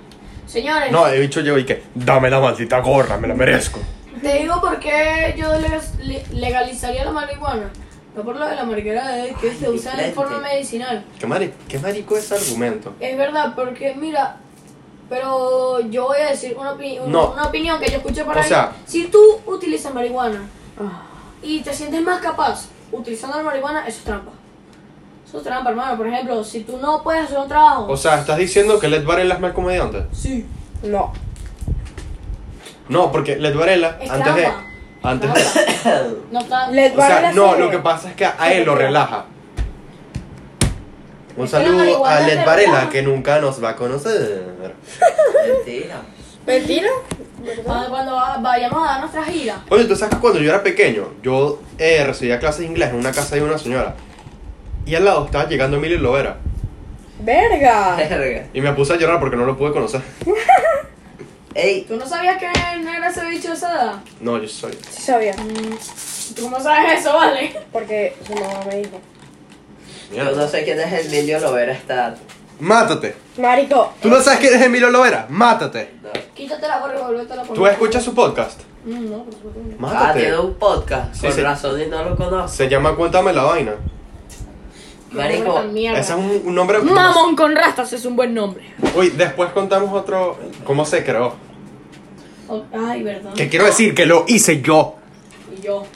Señores,
No, el bicho llegó y que, dame la maldita gorra, me la merezco.
te digo por qué yo le- le- legalizaría la marihuana. No por lo de la marquera de que se usa de
diferente.
forma medicinal.
¿Qué, mari- qué marico es ese argumento?
Es verdad, porque mira, pero yo voy a decir una, opi- una-
No.
una opinión que yo escuché por
O
ahí.
sea-
si tú utilizas marihuana y te sientes más capaz utilizando la marihuana, eso es trampa. Eso es trampa, hermano. Por ejemplo, si tú no puedes hacer un trabajo.
O sea, ¿estás diciendo que Led Varela es mal comediante?
sí.
No.
No, porque Led Varela,
Es
antes de.
trampa.
Antes de.
trampa.
eh.
No está.
Led
O sea,
Varela
no,
se-
lo que pasa es que a él lo relaja. Un
Es que la
saludo a
marihuana
Led
te
Varela
relaja.
que nunca nos va a conocer.
Mentira.
¿Mentira?
Ah, Cuando va- vayamos a dar nuestra gira.
Oye, tú sabes que cuando yo era pequeño, yo eh, recibía clases de inglés en una casa de una señora. Y al lado estaba llegando Emilio Lovera. Eh.
Verga.
Verga.
Y me puse a llorar porque no lo pude conocer.
Ey,
¿Tú no sabías que no era ese bicho de esa edad? Mm,
No, yo soy.
Sí sabía,
¿Tú cómo sabes eso, vale?
porque su mamá me dijo.
yo no sé quién es Emilio Lovera está.
Mátate.
Marico,
Tú no sabes quién es Emilio Lovera. Mátate.
No.
Quítate la gorra y volvete a la poner.
¿Tú escuchas su podcast?
Mm, No, por supuesto que no.
Ah,
Mátate.
tiene un podcast.
Sí,
Con
sí.
razón y no lo conozco.
Se llama Cuéntame la vaina.
Marico,
Mierda.
Ese es un, un nombre.
Mamón con rastas es un buen nombre.
Uy, después contamos otro. ¿Cómo se creó?
Ay, verdad.
Que quiero decir que lo hice yo.
Y yo,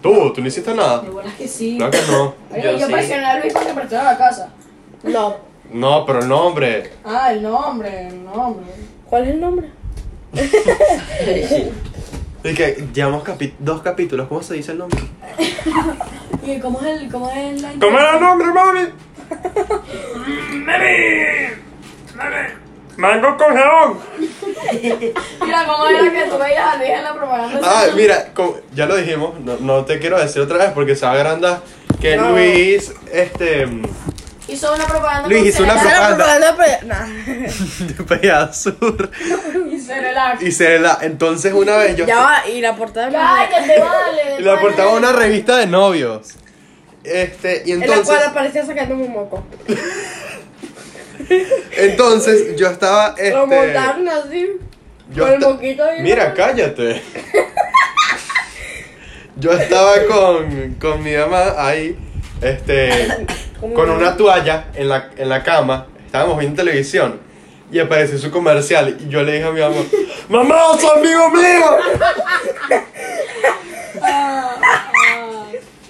Tú, tú no hiciste nada.
de buenas que sí.
No, que no.
Oye,
Yo
yo
sí.
presioné a Luis para que prestara la casa.
no.
No, pero el nombre.
Ah, el nombre, el nombre.
¿Cuál es el nombre?
Y que llevamos capi- dos capítulos. ¿Cómo se dice el nombre?
¿Y cómo es el, cómo es el
¡Toma el nombre, mami!
¡Mango con jabón!
Mira cómo era que tú veías a Luis en la propaganda.
Ah, mira, como- ya lo dijimos, no, no te quiero decir otra vez porque se va a agrandar que
No.
Luis, este,
Hizo una propaganda.
Luis
con
hizo una
Cerelac.
Era
Anda.
propaganda, pero- nah.
de Pellada Sur
Y Cerelac.
y se la, entonces una vez yo,
Ya va, y la portada de la-
Cállate, vale.
la portaba una
revista
revista de novios, este, y
En la
entonces,
cual aparecía sacándome un moco.
entonces yo estaba, este,
Lo montaron así.
Yo
con el
esta-
moquito ahí.
Mira, cállate. Yo estaba con, con mi mamá ahí, este,
¿Cómo
con
no?
una toalla en la, en la cama. Estábamos viendo televisión y apareció su comercial. Y yo le dije a mi mamá: ¡Mamá, oso amigo mío!
Ah,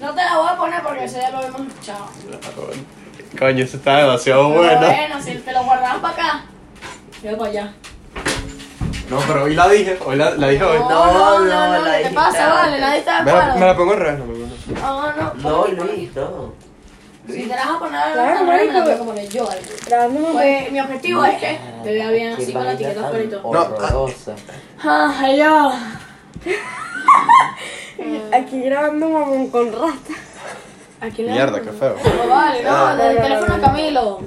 No te la voy a poner porque eso ya lo hemos escuchado.
Coño, eso está demasiado
Pero
bueno.
eh.
bueno, si te lo guardabas para acá, yo para allá.
No, pero hoy la dije, hoy la, la dije hoy.
No, no,
No,
no,
no,
no, ¿qué
la
te
dijiste
pasa? Vale,
antes.
nadie está
Me
de
la,
acuerdo.
me la pongo al revés, no me pongo al revés.
Oh, no,
No,
ponle, ponle.
Luis, no.
Si te la vas a poner a
Claro,
la cámara, me la
marico.
pongo como le yo. algo.
Grabando un moco.
Pues mi objetivo es que te vea bien
Ah, Qué
así con la
Ah,
vaina
etiqueta
tan
fuera y todo.
horrorosa.
Ah, hello.
Aquí grabando un mamón con rata.
Aquí la-
Mierda, qué feo.
No, vale,
Ah.
no, del teléfono de Camilo.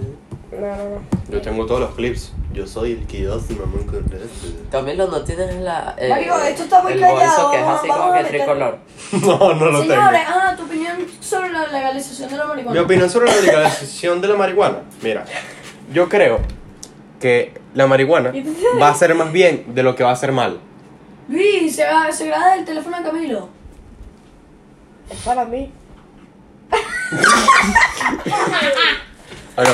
No, no, no.
Yo tengo todos los clips. Yo soy el que yo soy mamón con esto.
Camilo, no tienes la. eh,
Marico, esto está muy
el
callado,
bolso que es así
vamos
como
a
que
meter-
tricolor.
No, no lo tengo.
Señores, ah, tu opinión sobre la legalización de la
Mi
marihuana.
opinión sobre la legalización de la marihuana. Mira, yo creo que la marihuana va a ser más bien de lo que va a ser mal.
Luis, se, va- se graba del teléfono de Camilo.
Es para mí.
Ah,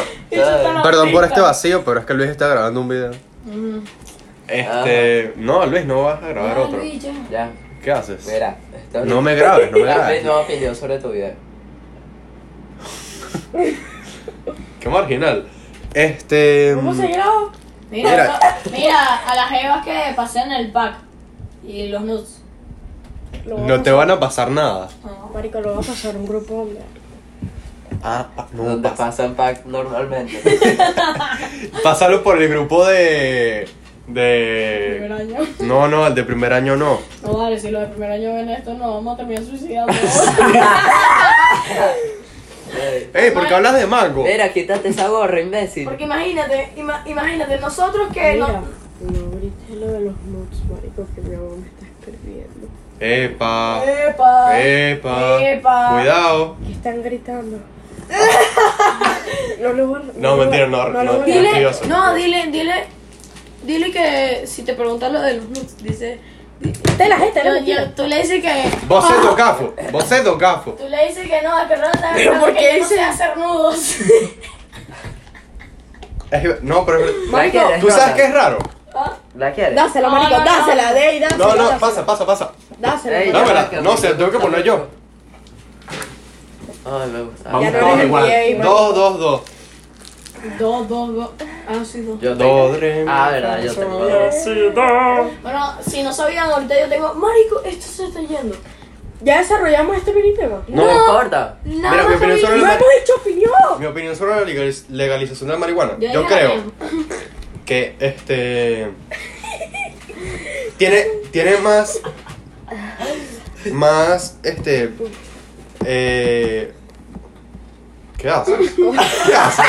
no. Perdón por este vacío, pero es que Luis está grabando un video. Mm. Este, no, Luis, no vas a grabar
Ah,
otro.
Luis, ya.
Ya,
¿Qué haces?
mira. esto-
No me grabes, no me
Dame
grabes.
tu opinión sobre tu video.
Qué marginal. Este,
¿Cómo se graba?
Mira,
Mira.
no- mira, a las jevas que pasé en el pack y los nudes.
Lo voy a
mm, no te van a pasar nada.
pasar- Marico, lo va a pasar un grupo hombre.
Ah, pa- no,
donde
pas-
pasan pack normalmente.
pásalo por el grupo de de
año.
No, no, el de primer año no.
No vale, si los de primer año ven esto, nos vamos a terminar suicidando.
Eh,
Ey, ¿por qué hablas de mango?
Mira, quítate esa gorra, imbécil.
Porque imagínate, ima- imagínate, nosotros que
Mira,
no.
no grites lo de los nudes, marico, que mi mamá me está escribiendo.
Epa.
Epa.
Epa.
Epa.
Cuidado.
¿Qué están gritando? no lo borra-
No,
lo
mentira,
borra-
no,
lo
no.
borra.
Dile,
Fastidioso.
no, dile, dile, dile que si te preguntan lo de los nudes, dice.
Te la gente,
Pero
no, eh, mentira.
yo- tú le dices que.
Vos sos gafo. Vos sos gafo.
Tú le dices que no, es que no está
Pero ¿por qué
no
dice-
sé hacer nudos.
Es- No, pero.
¿La quieres?
¿Tú sabes
Rosa?
qué es raro?
¿Ah?
¿La quieres?
Dásela,
No,
marico,
no, no.
dásela, de ahí, dásela.
No, no,
dásela.
pasa, pasa, pasa.
Dásela.
Ey,
marico.
Dámela. No, se la tengo que poner yo.
Ay, me gusta.
Ya no
todos
eres el
igual.
gay, marico.
Dos, dos, dos.
Dos, dos, dos. Ah, sí, dos.
Yo
Do,
tengo.
re, mi,
Ah, verdad, yo tengo.
Bueno, si no sabían, ahorita yo tengo. Marico, esto se está yendo.
Ya desarrollamos este mini tema.
No me importa.
Nada
Mira, mi
más
opinión
que-
sobre
¡No
la,
hemos hecho opinión!
mi opinión sobre la legal- legalización de la marihuana.
Ya
Yo
dije la
creo
mía.
que este. Tiene, tiene más. Más, este. Eh, ¿Qué haces? ¿Qué haces?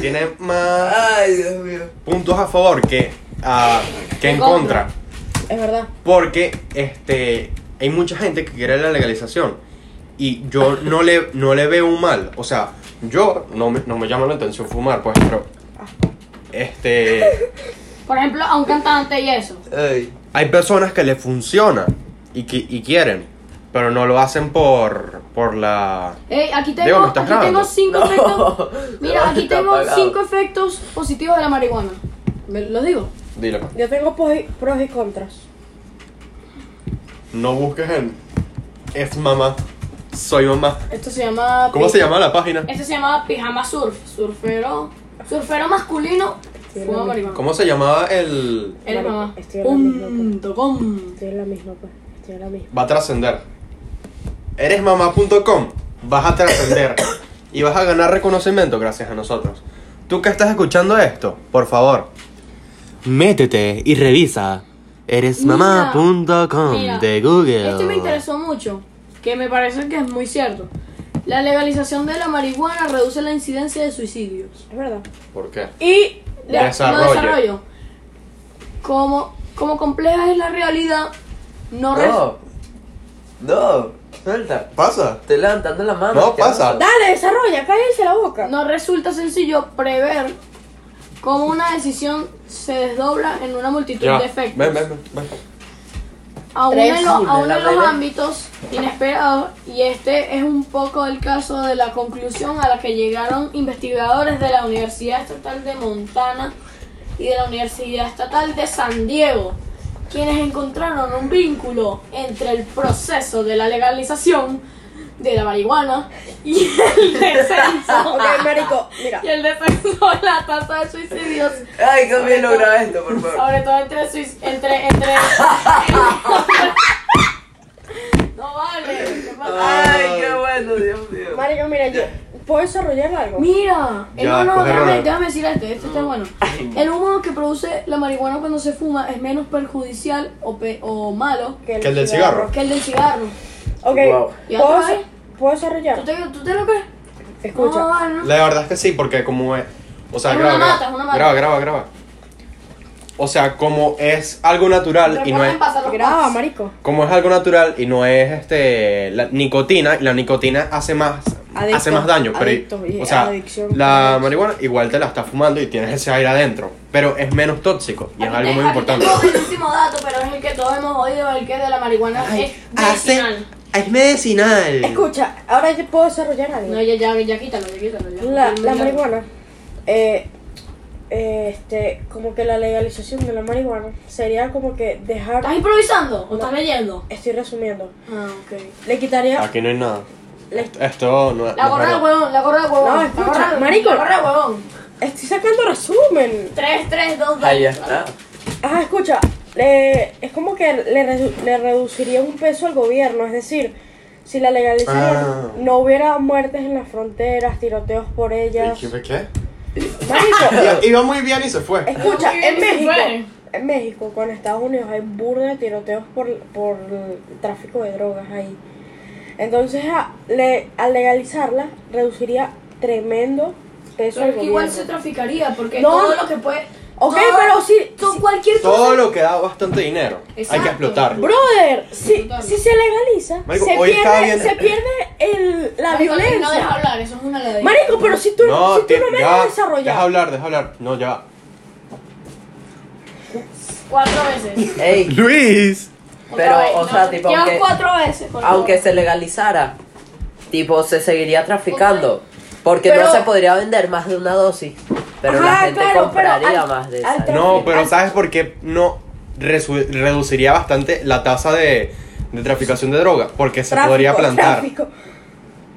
Tiene más.
Ay, Dios mío.
puntos a favor que, a- que en
contra.
contra.
Es verdad.
Porque este, hay mucha gente que quiere la legalización. Y yo no le, no le veo un mal. O sea, yo no me, no me llama la atención fumar, pues, pero. Este.
Por ejemplo, a un cantante y eso.
Ay.
Hay personas que le funciona y, que, y quieren, pero no lo hacen por, por la.
Ey, aquí tengo,
Diego, ¿me estás
aquí tengo
grabando?
cinco
No.
efectos. Mira,
No,
aquí
está
tengo
apagado.
cinco efectos positivos de la marihuana. ¿Me los digo?
Dile, pa.
Yo tengo pos- pros y contras.
No busques en. Es mamá. Soy mamá.
Esto se llama.
¿Cómo
pi-
se llama la página?
Esto Este se llama pijama surf. Surfero. Surfero masculino.
Sí,
fuma
lo mismo.
marihuana.
¿Cómo se llamaba el.?
Eres
Marico,
mamá.
estoy en la misma, pues.
Punto com.
Estoy en la misma, pues. Estoy en la misma.
va a trascender. Eres mamá.com, vas a trascender y vas a ganar reconocimiento gracias a nosotros. Tú que estás escuchando esto, por favor, métete y revisa eresmamá.com
Mira,
de Google.
Este me interesó mucho, que me parece que es muy cierto. La legalización de la marihuana reduce la incidencia de suicidios. Es verdad.
¿Por qué?
Y la-
Desarrollo.
no desarrollo. Como, como compleja es la realidad, no, re-
No. No. Suelta.
¿Pasa?
Estoy levantando la mano.
No,
¿qué
pasa.
pasa?
Dale, desarrolla, cállense la boca.
no resulta sencillo prever cómo una decisión se desdobla en una multitud
Ya.
de efectos.
Ven, ven, ven, ven.
Aún
Tres,
en, lo-
uno,
aún
la
en los
regla.
ámbitos inesperados, y este es un poco el caso de la conclusión a la que llegaron investigadores de la Universidad Estatal de Montana y de la Universidad Estatal de San Diego, quienes encontraron un vínculo entre el proceso de la legalización de la marihuana y el descenso,
Ah, Ok, marico, mira.
y el descenso de la tasa de suicidios
Ay, Camilo, graba esto, por favor.
sobre todo entre Suiz- entre entre No vale, ¿qué
Ah.
pasa?
Ay, qué bueno, Dios mío.
Marico, mira, yo puedo desarrollar algo.
Mira, el
Ya,
humo,
coge Mm.
déjame,
Ronald.
déjame decir este, este está bueno. El humo que produce la marihuana cuando se fuma es menos perjudicial o, pe- o malo
Que el del cigarro.
que el del cigarro.
Ok,
Wow.
¿Ya
¿puedo,
te cae?
puedo
¿Tú
desarrollar?
te, tú te lo crees?
Escucha.
No, vale, no.
La verdad es que sí, porque como es. O sea,
Es
graba,
una
graba,
mata, es una mata.
graba, graba, graba. O sea, como es algo natural y no es.
Recuerden pasar los
Graba,
pasos.
marico.
Como es algo natural y no es este la nicotina, y la nicotina hace más
Adicto,
hace más daño, pero
adicto, y
o sea,
adicción.
la marihuana igual te la estás fumando y tienes ese aire adentro, pero es menos tóxico y es
Aquí
algo
te-
muy
aquí
importante.
tengo el último dato, pero es el que todos hemos oído, el que de la marihuana es medicinal.
es medicinal.
Escucha, ahora yo puedo desarrollar algo.
No, ya, ya, ya quítalo, ya quítalo. Ya.
La,
Ya.
la marihuana, eh, eh, este, como que la legalización de la marihuana sería como que
¿Estás
dejar,
improvisando o estás leyendo?
estoy resumiendo,
Ah, ok.
le quitaría,
Aquí no hay nada.
le-
Esto no es.
La
no es
gorra del
verdad.
huevón, la gorra del huevón.
No,
la
escucha,
gorra del-
marico.
La gorra del huevón.
estoy sacando resumen.
3, 3, 2, 2.
Ahí ya está.
Ajá, escucha, le- es como que le, redu- le reduciría un peso al gobierno, es decir, si la legalizaran,
Ah.
no hubiera muertes en las fronteras, tiroteos por ellas.
¿Qué- qué?
Marico,
Iba- Iba muy bien y se fue.
Escucha,
Muy bien,
en
se
México,
fue.
en México con Estados Unidos hay burda de tiroteos por, por el tráfico de drogas ahí. Entonces, a- le- al legalizarla, reduciría tremendo peso
Pero
al
es que igual
gobierno.
se traficaría porque
No.
todo lo que puede.
Ok,
todo-
pero si-
Todo, cualquier cosa.
Todo lo que da bastante dinero hay
Exacto.
que explotarlo.
Brother, si, si se legaliza,
Marico,
se,
hoy estaba
pierde,
viendo-
se pierde el, la
Marico, No deja
violencia.
hablar, eso es una ley.
Marico, pero si tú no, si tú
ti-
no me
ya,
dejas
Deja
desarrollar.
hablar, deja hablar. No, ya.
Cuatro veces.
Ey,
Luis.
Otra
Pero,
vez,
o
no,
sea, tipo,
Llevas
aunque-
cuatro veces. por favor.
aunque se legalizara, tipo, se seguiría traficando. Porque
Pero-
no se podría vender más de una dosis. Pero la
Ajá,
gente
claro, pero
compraría
al-
más de
al
esa.
tra-
No, pero
Ay.
¿sabes por qué no resu- reduciría bastante la tasa de, de traficación de droga? Porque se
Tráfico,
podría plantar.
tráfico.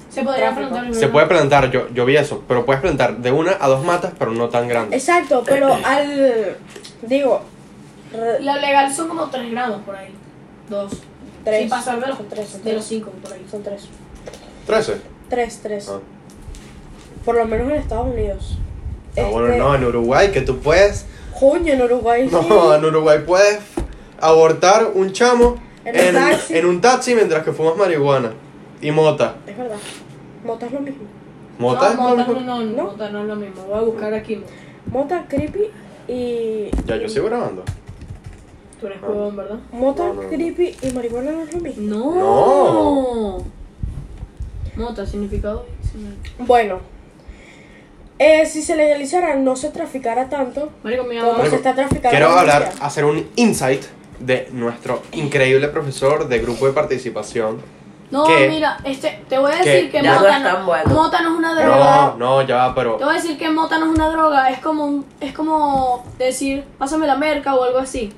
Se podría
Tráfico.
preguntar.
Se puede plantar, yo, yo vi eso, pero puedes plantar de una a dos matas, pero no tan grandes.
Exacto, pero al. Digo. re-
La legal son como 3 gramos por ahí. 2.
Tres.
Sin pasar de los,
Son tres, son
de
tres.
los 5 por ahí.
Son tres.
¿13?
Tres, tres.
Ah,
Por lo menos en Estados Unidos.
Ah, bueno,
Este,
no, en Uruguay, que tú puedes.
Coño, en Uruguay.
No, en
sí.
Uruguay puedes abortar un chamo
En un taxi.
en un taxi mientras que fumas marihuana y mota.
Es verdad. Mota es lo mismo.
¿Mota?
No,
es
mota
lo
no,
mejor?
no,
¿No?
mota no es lo mismo. Voy a buscar aquí. mota.
Mota, creepy y.
Ya, yo sigo grabando.
Tú eres huevón, ¿verdad?
Mota,
No, no, no.
creepy y marihuana no es lo mismo.
No.
No.
Mota, significado. significado.
Bueno. Eh, si se legalizara, no se traficara tanto.
Marico, mi
Como
mamá.
se está traficando.
Quiero
hoy en
hablar,
día.
hacer un insight de nuestro increíble profesor de grupo de participación.
No,
¿Qué?
mira, este, te voy a
¿Qué?
decir que
Ya no
mota
es tan bueno.
mota no es una droga.
No, no, ya va, pero
Te voy a decir que mota no es una droga. Es como, un- es como decir, pásame la merca o algo así.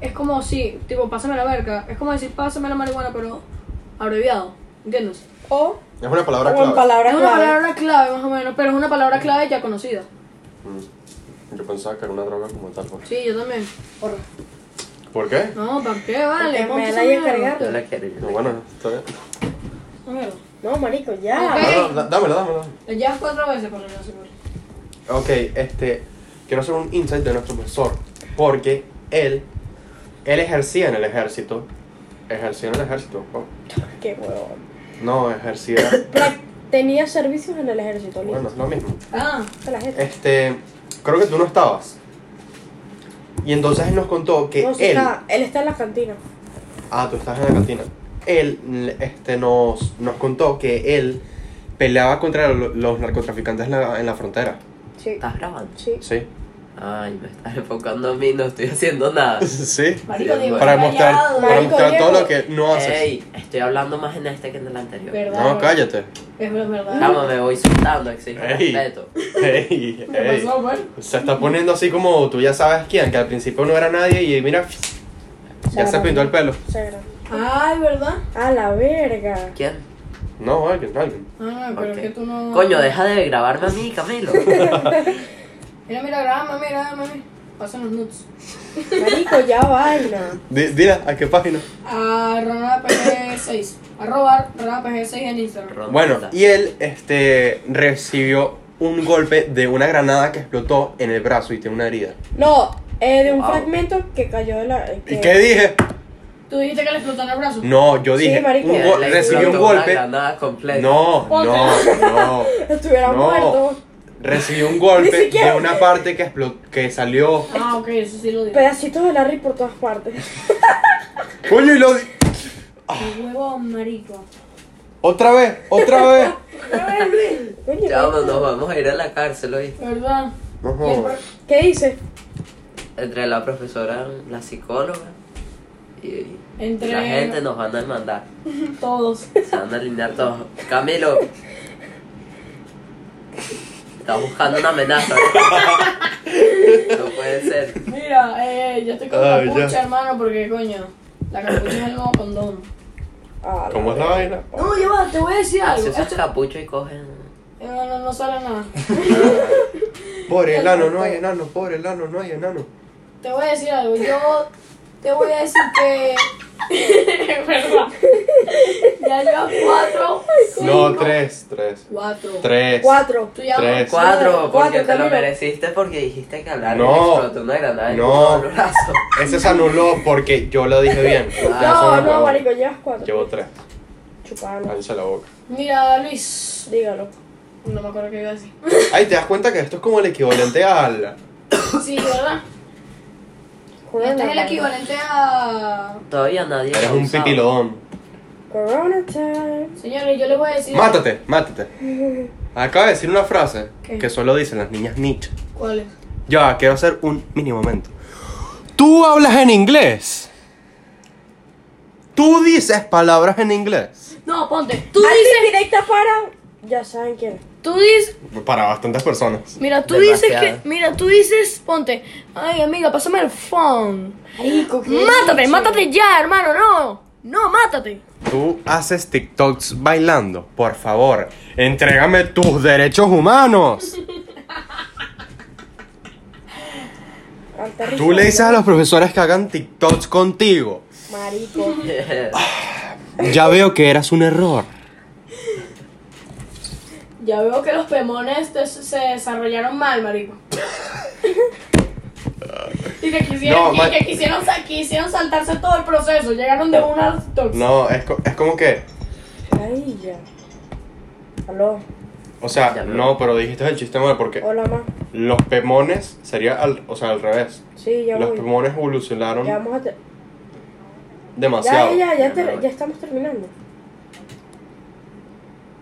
Es como, sí, tipo, pásame la merca. Es como decir, pásame la marihuana, pero abreviado. ¿Entiendes?
O,
es una palabra
o en
clave.
palabras
es una
clave.
palabra clave, más o menos, pero es una palabra clave ya conocida.
Mm, Yo pensaba que era una droga como tal. pues.
Sí, yo también. Porra.
¿Por qué?
No, ¿para qué? Vale.
Porque
ponte
me
esa
la voy a
mierda.
cargar.
Yo la quiero, yo
No,
la
bueno, está bien.
Mierda.
No, marico, ya.
Ok.
No, no, da- dámela, dámela.
Le llevas cuatro veces por el azúcar.
Ok, este, quiero hacer un insight de nuestro profesor, porque él, él ejercía en el ejército, ejercía en el ejército, ¿no?
Qué huevón.
no, ejercía,
Pra- Tenía servicios en el ejército,
bueno,
listo.
es lo mismo.
Ah,
Te la jeta.
Este, creo que tú no estabas. Y entonces él nos contó que
No, sí
él,
está- él está en la cantina.
ah, tú estás en la cantina, él, este, nos, nos contó que él peleaba contra lo- los narcotraficantes en la, en la frontera,
Sí.
Ah.
¿Estás grabando?
Sí.
¿sí?
Ay, me estás enfocando a mí, no estoy haciendo nada.
Sí.
marico, Diego
Para
es
mostrar,
rayado.
para
Marico,
mostrar todo
Diego.
lo que no haces.
Ey, estoy hablando más en este que en el anterior.
Verdad,
No, cállate.
Es verdad.
Chamo, me voy insultando, exijo
Ey.
respeto.
Ey,
¿Qué
ey.
pasó, pues?
Se está poniendo así como tú ya sabes quién, que al principio no era nadie y mira, ya se pintó el pelo.
Sagrado.
Ay, ¿verdad?
A la verga.
¿Quién?
No, alguien, alguien.
Ah,
¿Por
pero
qué?
es que tú no...
Coño, deja de grabarme a mí, Camilo.
Mira, mira, graba, mira, graba, mami. Pasan los nudes.
Marico, ya vaina.
Di- Dila, ¿a qué página?
A RonaPG6. Arroba RonaPG6 en Instagram.
Ronda.
Bueno, y él este, recibió un golpe de una granada que explotó en el brazo y tiene una herida.
No, eh, de un
Wow.
fragmento que cayó de la.
¿Y qué dije?
¿Tú dijiste que le explotaron el brazo?
No, yo dije,
marico.
un go-
Le
recibió un
explotó una
golpe.
granada completa.
No, no, no.
Estuviera
No.
muerto.
Recibió un
Ni
golpe
siquiera-
de una parte que, explotó, que salió.
Ah, ok, eso sí lo digo.
Pedacitos de Larry por todas partes.
Coño, y lo. di-
Qué huevo, marico.
Otra vez, otra vez.
Coño,
Chamo, nos vamos a ir a la cárcel hoy.
¿Verdad?
No jodas.
¿Qué dice?
Entre la profesora, la psicóloga y
Entre-
la gente nos van a mandar.
Todos.
Se van a alinear todos. Camilo. Está buscando una amenaza. No puede ser.
Mira, eh, yo estoy con
Ay,
capucha,
ya.
hermano, porque coño, la capucha es el nuevo condón.
Ah,
¿Cómo es la vaina?
No, yo te voy a decir
Así
algo.
usas
Esto-
capucho y cogen.
No, no, no sale nada.
Pobre enano, no hay enano, pobre enano, no hay enano.
Te voy a decir algo. Yo te voy a decir que. Es verdad. Ya llevas cuatro. cinco,
No, tres, tres.
Cuatro.
Tres.
Cuatro.
Tú ya
Tres.
Cuatro, porque
Cuatro,
te lo
Camilo.
mereciste porque dijiste que hablar
No.
explotó una granada en
No.
todo el brazo.
Ese se anuló porque yo lo dije bien. Ya
No,
son
no,
los-
marico, llevas cuatro.
Llevo tres.
Chupando.
Cállense la boca.
Mira, Luis.
Dígalo.
No me acuerdo qué iba a decir.
Ay, te das cuenta que esto es como el equivalente al.
Sí, ¿verdad?
Corona
Este es el
time.
equivalente a.
Todavía nadie. lo
Eres
ha
un
usado.
pitilodón.
Corona time.
Señores, yo les voy a decir.
Mátate, mátate. Acaba de decir una frase
¿Qué?
que solo dicen las niñas Nietzsche.
¿Cuál es?
Ya, quiero hacer un mini momento. Tú hablas en inglés. Tú dices palabras en inglés.
No, ponte. Tú
Antes
dices.
directa para. Ya saben quién.
Tú dices.
Para bastantes personas.
Mira, tú dices
Demasiado.
que. Mira, tú dices. Ponte. Ay, amiga, pásame el phone.
Marico, qué
Mátate,
leche.
mátate ya, hermano. No, no, mátate.
Tú haces TikToks bailando. Por favor, entrégame tus derechos humanos.
Alta
Tú le dices
risa.
a los profesores que hagan TikToks contigo.
Marico.
Ya veo que eras un error.
Ya veo que los pemones te- se desarrollaron mal, marico. y que
No,
quisieron, y
ma-
que quisieron, sa- quisieron saltarse todo el proceso. Llegaron de una al TikTok.
No, es, co- es como que.
Ay, ya. Aló.
O
Ya
sea,
veo.
no, pero dijiste el chiste mal porque
Hola, ma.
los pemones sería al, o sea, al revés.
Sí, ya
Los
voy.
pemones
Ya
evolucionaron
vamos a ter- Ya,
demasiado.
ya, ya, ya,
Ya
ter-
me voy.
ya estamos terminando.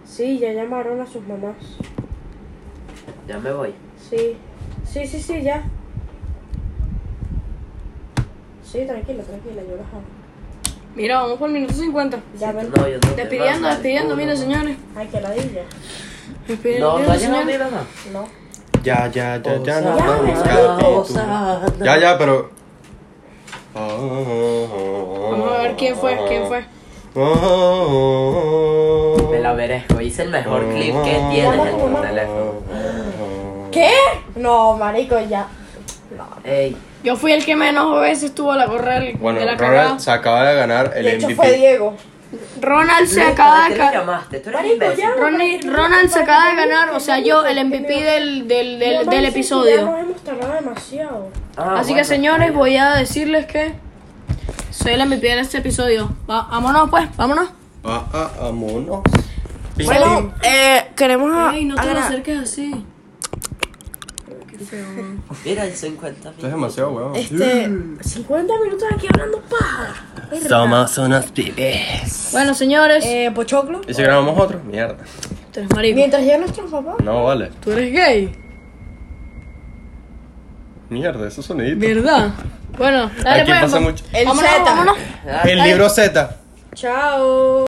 Sí, ya llamaron a sus mamás.
ya me voy.
Sí. Sí, sí, sí, ya. Sí, tranquilo, tranquilo, yo los hago.
Mira, vamos por el minuto 50.
Ya ven.
No, yo no te
Despidiendo,
mando
despidiendo,
ninguno.
miren, señores.
Ay, que ladilla.
Despidiendo,
No, no ha
miren,
llegado mi
señores.
mamá.
No.
Ya, ya, ya, ya, no,
Osana,
no,
Osana.
no, Ya, ya, pero.
Vamos a ver quién fue, quién fue.
Me la merezco. Hice el mejor clip que tienes en tu teléfono.
¿Qué? No, marico, ya.
Ey,
Yo fui el que menos veces tuvo la correa del-
Bueno,
de la
Ronald
cagada.
se acaba de ganar el
de hecho,
MVP.
fue Diego.
Ronald se acaba de
¿Para qué lo
ganar.
llamaste? Tú eres
Marico,
imbécil.
ya.
Ronald se acaba de ganar, o sea, yo, el MVP del, del,
Mi
del,
mamá
del
dice que ya
episodio.
Nos hemos tardado demasiado.
Ah,
Así que,
bueno.
señores, voy a decirles que soy el MVP de este episodio. Va- vámonos, pues, vámonos.
Ah, ah, vámonos.
Bueno, eh, queremos a-
Ah, Ey, no te lo
agra-
acerques así.
Mira, el 50 mil.
Esto es demasiado, weón.
este 50 minutos aquí hablando paja.
Somos unos pibes.
Bueno, señores,
Eh, pochoclo.
¿Y si grabamos otro? Mierda.
tú eres marico.
Mientras ya nuestros papás.
No, vale.
Tú eres gay,
Mierda, esos soniditos.
¿verdad? Bueno, dale
Aquí
pues,
pasa
va-
mucho.
El
vámonos,
Z.
vámonos.
El libro Z.
Chao.